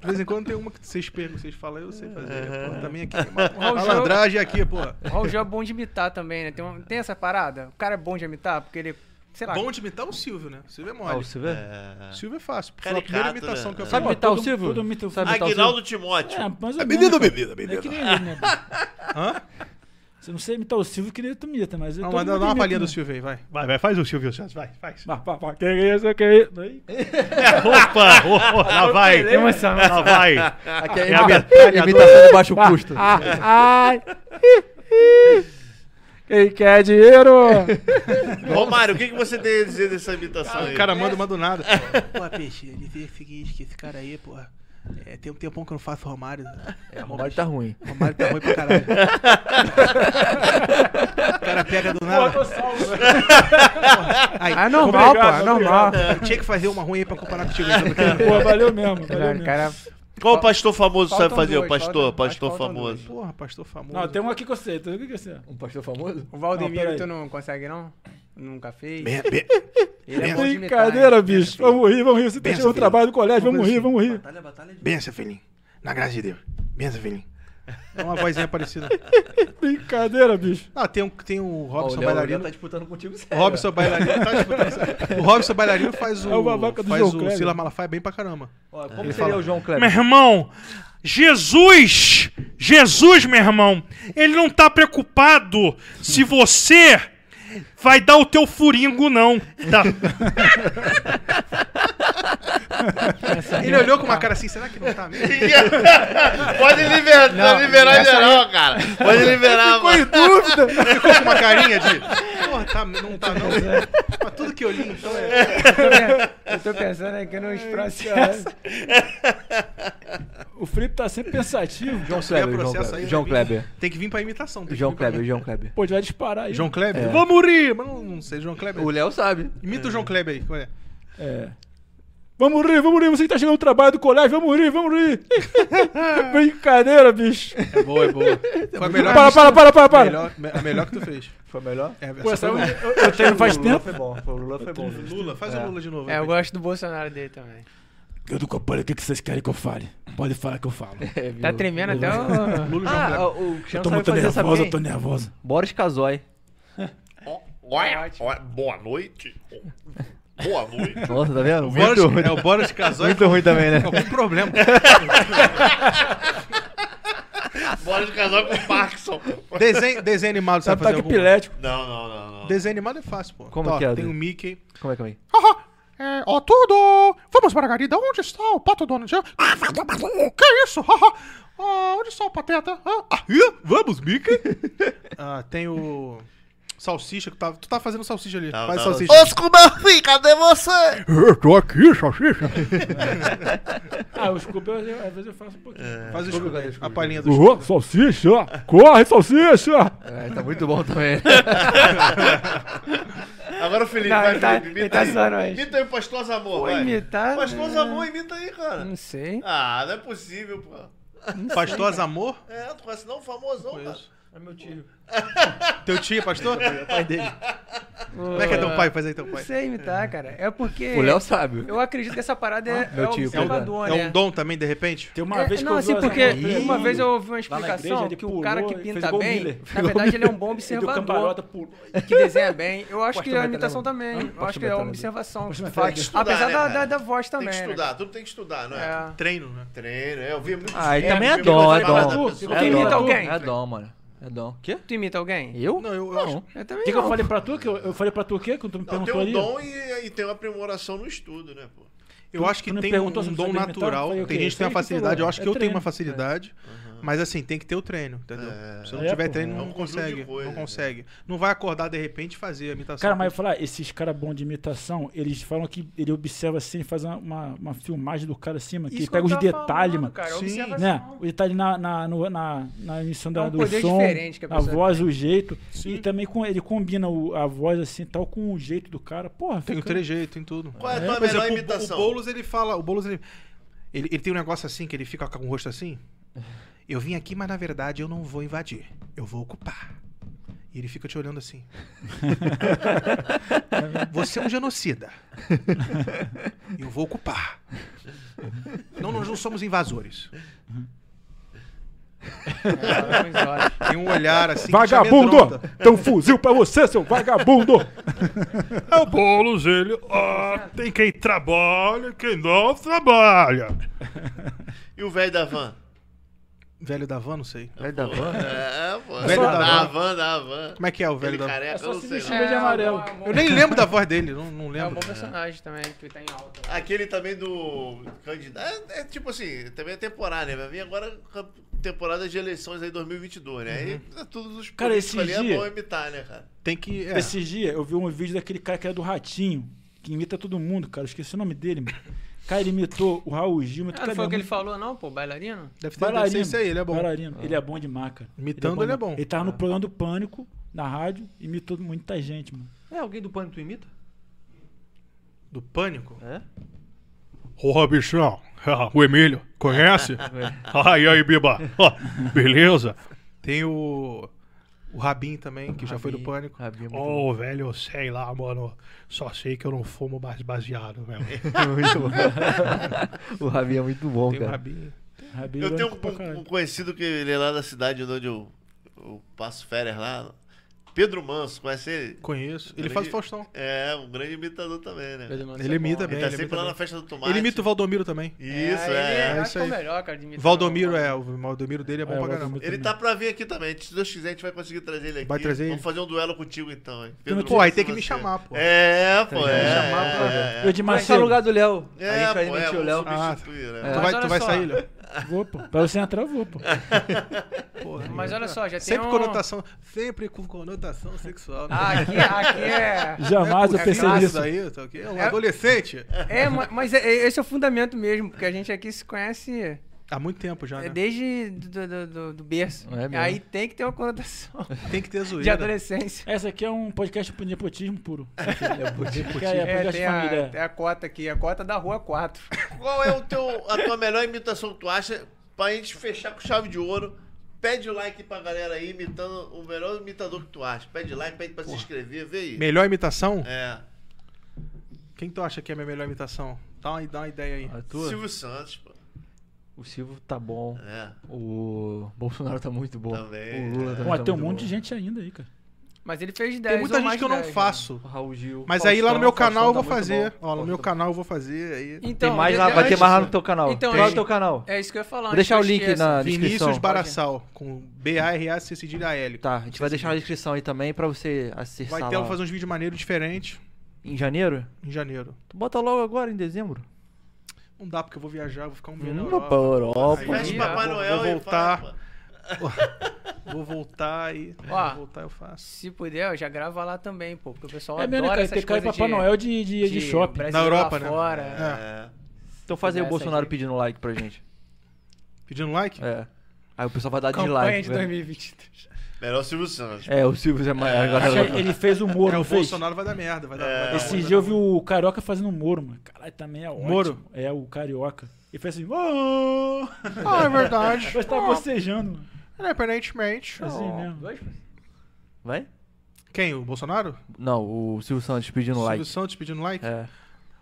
De vez em quando tem uma que vocês pegam, vocês falam, eu sei fazer. Pô, também aqui. Raul Gil- Malandragem aqui, porra. O Raul Gil é bom de imitar também, né? Tem, uma- tem essa parada? O cara é bom de imitar porque ele, sei lá, Bom de imitar o Silvio, né? O Silvio é Ah, o mole. Silvio? É. Silvio é fácil. Foi a primeira Caricato, imitação né? que eu Sabe fiz. imitar o todo- Silvio? todo mito- Sabe imitar o Aguinaldo É, Timóteo. mais ou É, menos, menino, cara. menino, É que menino. nem ele, né? Ah. Hã? Se não sei imitar o Silvio, que nem tu imita, mas... Não, mas dá dá uma palhinha do Silvio aí, vai. Vai, vai, faz o Silvio Santos, vai, faz. Mas, né? pá, pá, que isso, que isso? Aí, Opa, oh, oh, lá vai, emoção. lá vai. Aqui é É a imita- Ah, metralhadora. imitação de baixo custo. Ai! hi, hi. Quem quer é dinheiro? Romário, o que, que você tem a dizer dessa imitação aí? O cara manda uma do nada. É. Pô, Peixe, dizer o seguinte, que esse cara aí, pô, é, tem um tempão que eu não faço Romário. É, o Romário tá ruim. Romário tá ruim pra caralho. o cara pega do nada. Aí, Ah, é normal, pô, é Obrigado, normal. eu tinha que fazer uma ruim aí pra comparar contigo. Aí, porque, Pô, valeu mesmo, valeu Caralho, mesmo. cara. Qual pastor famoso Faltam sabe fazer? o dois, pastor, faltam- pastor faltam famoso. Porra, pastor famoso. Não, tem um aqui que eu sei, tem um aqui que eu sei. Um pastor famoso? O Não, Valdemiro, peraí. tu não consegue, não? Nunca fez? Be- be- Ele é bom de imitar, Brincadeira, hein? bicho. Vamos rir, vamos rir. Você tá Pensa, tirando filho. o trabalho do colégio, Uma vamos tá coisa rir, assim, vamos rir. Batalha, batalha de... Bença, filhinho. Na graça de Deus. Bença, filhinho. É uma vozinha parecida. Brincadeira, bicho. Ah, tem, um, tem o Ó, o Léo- o Robson Léo Bailarino. tá disputando contigo O sério. Robson Bailarino tá disputando essa- O Robson Bailarino faz o. É o babaca do faz João o Kleber. Sila Malafaia bem pra caramba. Ó, como seria o João Kleber? Meu irmão, Jesus, Jesus, meu irmão, ele não tá preocupado se você vai dar o teu furingo, não. Tá? Ele olhou com uma cara assim, será que não tá mesmo? Pode liberar, pode liberar geral, cara. Pode liberar, mano. Ficou com uma carinha de. Porra, tá, não tá não. é. Mas tudo que eu li, então é. Eu tô pensando aqui nos processos. O Felipe tá sempre pensativo. João Se tiver Kleber, João processo aí, Kleber. vai João vir- Kleber. Tem que vir pra imitação. tem que João vir pra- Kleber, João Kleber. Pô, ele vai disparar aí. João Kleber? É. Vamos rir! Mas não, não sei, João Kleber. O Léo sabe. Imita o João Kleber aí, qual é? É. Vamos rir, vamos rir. Você que tá chegando no trabalho do colégio, vamos rir, vamos rir. Brincadeira, bicho. É boa, é boa. Foi a melhor Para, para, para, para, para. Melhor, me- a melhor que tu fez. Foi melhor? É, essa Pô, essa eu, foi eu, eu treino faz O Lula tempo. foi bom. foi- O Lula foi bom. boa. Lula, faz o Lula de novo. né? É, eu aí. gosto do Bolsonaro dele também. Eu do Copolho, o que que vocês querem que eu fale? Pode falar que eu falo. É, viu? Tá tremendo até o... Lula e João Ah, Kleber. o o Cristiano Tô sabe muito fazer, sabe nervosa, quem? eu tô nervosa. Boris Casoy. é, Olha, olha, boa noite. Boa noite. Nossa, tá vendo? Boris- Muito ruim. é o Boris Casói Muito ruim também, né? com algum problema. Bora de casal com o Parkinson. Desenho, desenho animado, sabe fazer Ataque algum? epilético. Não, não, não, não. Desenho animado é fácil, pô. Como Ó, que é, Tem Adri? o Mickey. Como é que é? É, ó tudo! Vamos para a garida, onde está o pato Donald? Que isso? Ah, onde está o pateta? Ah, ih, vamos, Mickey. Ah, tem o... Salsicha, que tava. Tu tá fazendo salsicha ali. Tava, Faz tava. salsicha. Ô, Scubafi, cadê você? Eu tô aqui, salsicha. ah, o Scooby, eu- às vezes eu faço um pouquinho. Faz o Desculpa, escudo. desculpa. A palhinha do Uhum, salsicha! Corre, salsicha! É, tá muito bom também. Agora o Felipe, Não, vai, ele tá- Felipe, imita ele tá aí. zoando, mas- Imita aí o Pastoso Amor, Pô, vai. imitar, Pastoso né? Amor, imita aí, cara. Não sei. Ah, não é possível, pô. Pastosa Amor? É, tu conhece não? Famosão, cara. É meu tio. Teu tio é pastor? pai dele. Como é que é teu pai? Faz aí teu Não pai. sei imitar, cara. É porque. O Léo sabe. Eu acredito que essa parada é, Meu é tio, observador, É né? um dom também, de repente? Tem uma É, vez que não, eu vi assim, uma- porque Ih. uma vez eu ouvi uma na explicação igreja, ele que o cara que pulou e fez pinta igual bem, Miller. na Pegou verdade ele é um bom Ele deu cambalhota, observador, pulou. que desenha bem. Eu acho Posta que é a metade, imitação não. também. Hã? Eu acho Posta que é metade, uma não. observação. Posta Fala- metade, não. Estudar, Apesar né, da, cara? da- da voz Tem também. que né, estudar, tudo tem que estudar, não é? cara? É. Treino, né? Treino, é. Eu vi muito Ah, e filme, também é vi dom, muita é fala dom. da Tu- pessoa. tu É imita dom, alguém? É dom, mano. É dom. Quê? Tu imita alguém? Eu? Não, eu, eu acho. Não. Eu também O que, que eu não. falei pra tu? Que eu, eu falei pra tu o quê? Quando tu me Não, tem perguntou um ali. dom e, e tem uma aprimoração no estudo, né, pô? Eu acho que tu me tem um perguntou se eu dom sabia imitar, eu natural. falei, ok, Tem gente que tem isso aí uma que tu facilidade. falou, Eu acho é que eu tenho treino, uma é. facilidade. Mas assim, tem que ter o treino, entendeu? Se não É, tiver pô, treino, é um não conjunto de consegue. coisas, Não né? consegue. Não vai acordar de repente e fazer a imitação. Cara, mas eu falar, esses caras bons de imitação, eles falam que ele observa assim, faz uma, uma, uma filmagem do cara assim, mano, que ele Isso pega que os eu tava detalhes, falando, mano. Cara, Sim. observação. Né? O detalhe na, na, no- na, na emissão da, É um do poder som, diferente que a a, pessoa voz, o jeito. E também com, ele combina o- a voz assim tal com o jeito do cara. Porra, Tem o fica- trejeito, tem tudo. Qual é a É, tua por melhor exemplo, o- imitação? O Boulos, ele fala... O Boulos, ele, ele, ele tem um negócio assim, que ele fica com o rosto assim. Eu vim aqui, mas na verdade eu não vou invadir. Eu vou ocupar. E ele fica te olhando assim. Você é um genocida. Eu vou ocupar. Não, nós não somos invasores. É, alguns olhos. Tem um olhar assim. que te Vagabundo! amedronta. Tem um fuzil pra você, seu vagabundo! É o Boulos, ele. Ah, tem quem trabalha e quem não trabalha. E o velho da van? Velho da van, não sei. Velho da van? É, pô. Velho da da van. van, da van. Como é que é o velho Aquele da van? careca, É só eu não se sei vestir. não. Verde e amarelo. É, um bom- Eu nem lembro da voz dele, não, não É um lembro. bom personagem também, que tá em alta. Aquele também do candidato. É, é tipo assim, também é temporada, né? Vai vir agora camp- temporada de eleições aí 2022, né? Aí é tudo dos Cara, esses políticos ali é dias- bom imitar, né, cara? Tem que. é. Esses dias eu vi um vídeo daquele cara que era do Ratinho, que imita todo mundo, cara. Eu esqueci o nome dele, mano. Cara, ele imitou o Raul Gil, mas Ah, não foi o que ele falou, não, pô, bailarino? Deve ter deve ser Bailarino. isso aí, ele é bom. Bailarino. Ele é bom demais, cara. Imitando, ele é bom. Ele tava no programa do Pânico, na rádio, imitou muita gente, mano. É, alguém do pânico imita? Do pânico? Ô, bichão, o Emílio, conhece? Ai, aí, Biba. Ó, beleza? Tem o. O Rabin também, que já foi do pânico. Rabinho é muito bom. Ô, velho, sei lá, mano. Só sei que eu não fumo mais baseado, meu. O Rabinho é muito bom, Tem o cara. Rabin. Rabinho Eu tenho irônico é pra um- um, caralho. conhecido que ele é lá da cidade onde eu, eu passo férias lá. Pedro Manso, conhece ele? Conheço. Ele faz o Faustão. É, um grande imitador também, né? Ele Ele imita bem. tá ele sempre imita lá na bem. festa do tomate. Ele imita o Valdomiro também. Isso, ele é. eu é acho isso que é o aí. melhor, cara, de imitar. Valdomiro é, o Valdomiro dele é bom É, pra eu caramba. gosto Ele muito tá pra vir aqui também. Se Deus quiser, a gente vai conseguir trazer ele aqui. Vai trazer Vamos ele? fazer um duelo contigo então, hein? Pô, aí tem Manso, que você. me chamar, pô. É, que pô. me é, chamar pra é, também. Eu Mas tá de no Marcelo, lugar do Léo. É, a gente vai pô, é, demitir o vamos Léo. substituir, né? Tu Mas vai, tu olha vai só. sair, Léo? vou, pô. Pra você entrar, eu vou, pô. Porra, Mas olha só, já Sempre tem um... conotação, sempre com conotação sexual. né? Ah, aqui, aqui é... Jamais eu É pensei clássico nisso. Aí, tá ok? É um adolescente. É, ma- mas é- é- esse é o fundamento mesmo, porque a gente aqui se conhece Há muito tempo já, é, né? desde do, do, do- do berço. É mesmo. Aí tem que ter uma conotação Tem que ter zoeira. de adolescência. Essa aqui é um podcast pro nepotismo puro. Porque é, É, podcast de tem a, tem família. a cota aqui, a cota da rua 4. Qual é o teu, a tua melhor imitação que tu acha pra gente fechar com chave de ouro? Pede o like pra galera aí, imitando o melhor imitador que tu acha. Pede like, pede pra se inscrever, vê aí. Melhor imitação? É. Quem tu acha que é a minha melhor imitação? Dá uma, dá uma ideia aí. A tua? Silvio Santos, pô. O Silvio tá bom. É. O Bolsonaro tá muito bom. O Também, é. Lula também. Pô, tá tem um muito monte de bom. gente ainda aí, cara. Mas ele fez 10 Tem muita ou mais gente que eu não 10, né? faço. O Raul Gil. Mas aí lá Faustão, no meu canal eu vou Faustão tá muito fazer. bom. Ó, no meu Faustão. canal eu vou fazer aí. Então, Tem mais lá, de- vai ter mais lá no antes- teu canal. Então, Qual é o é- teu canal? É isso que eu ia falar. Vou antes deixar que o eu link esqueça. na descrição. Vinícius Baraçal, com B-A-R-A-C cedilha L. Tá, a gente vai deixar na descrição aí também pra você acessar Vai ter, eu lá. vou fazer um uns vídeos maneiros diferentes Em janeiro? em janeiro. Tu bota logo agora, em dezembro. Não dá, porque eu vou viajar, vou ficar um mês na Hum, Europa. pra Europa. Fecha o Aí, Papai vou- Noel vou e voltar. fala, pô. Vou voltar e. Ó. Vou voltar, eu faço. Se puder, ó, já grava lá também, pô. Porque o pessoal É mesmo, né, adora cara? essas Tem cara de coisas Papai de, Noel de, de, de shopping. Brasil Na lá Europa, né? fora. É. Então faz aí o Essa Bolsonaro aqui. pedindo like pra gente. Pedindo like? É. Aí o pessoal vai dar Campanha dislike. de né? 2022. Melhor Silvio Santos. É, o Silvio é maior. Acho Agora... que Ele fez o Moro, É, o não fez? Bolsonaro vai dar merda, vai dar. vai dar Esse onda. dia eu vi o Carioca fazendo o Moro, mano. Caralho, também é ótimo. Moro? É, o Carioca. Ele fez assim... Oh! Ah, é verdade. Mas tava bocejando, mano. Aparentemente. Assim mesmo. Vai? Quem? O Bolsonaro? Não, o Silvio Santos pedindo Silvio like. Santos pedindo like? É.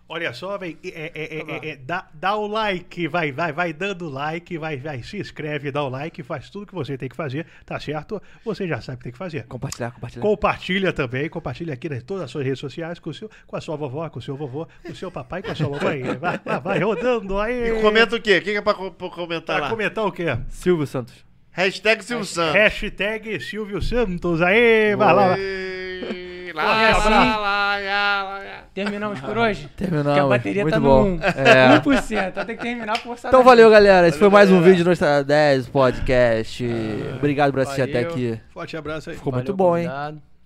Olha só, vem. É, é, é, é, é, dá, dá o like, vai, vai, vai dando like, vai, vai, se inscreve, dá o like, faz tudo que você tem que fazer, tá certo? Você já sabe o que tem que fazer. Compartilhar, compartilhar. Compartilha também, compartilha aqui nas todas as suas redes sociais com, o seu, com a sua vovó, com o seu vovô, com o seu papai, com a sua mamãe. Vai, vai, vai rodando aí. E comenta o quê? O que que é pra, co- pra comentar Pra lá? comentar o Ah. quê? Silvio Santos. Hashtag Silvio Santos. Hashtag Silvio Santos, aí, vai lá. vai. E- lá, é assim. lá, lá, lá, lá, lá. Terminamos por hoje? Terminamos. Porque a bateria Ah, Muito tá no bom. 1. É. 1%. Então tem que terminar forçado. Então valeu, galera. Esse foi mais um vídeo do Nostra 10 Podcast. Obrigado por assistir até valeu. aqui. Forte abraço aí. Ficou muito bom, hein? hein?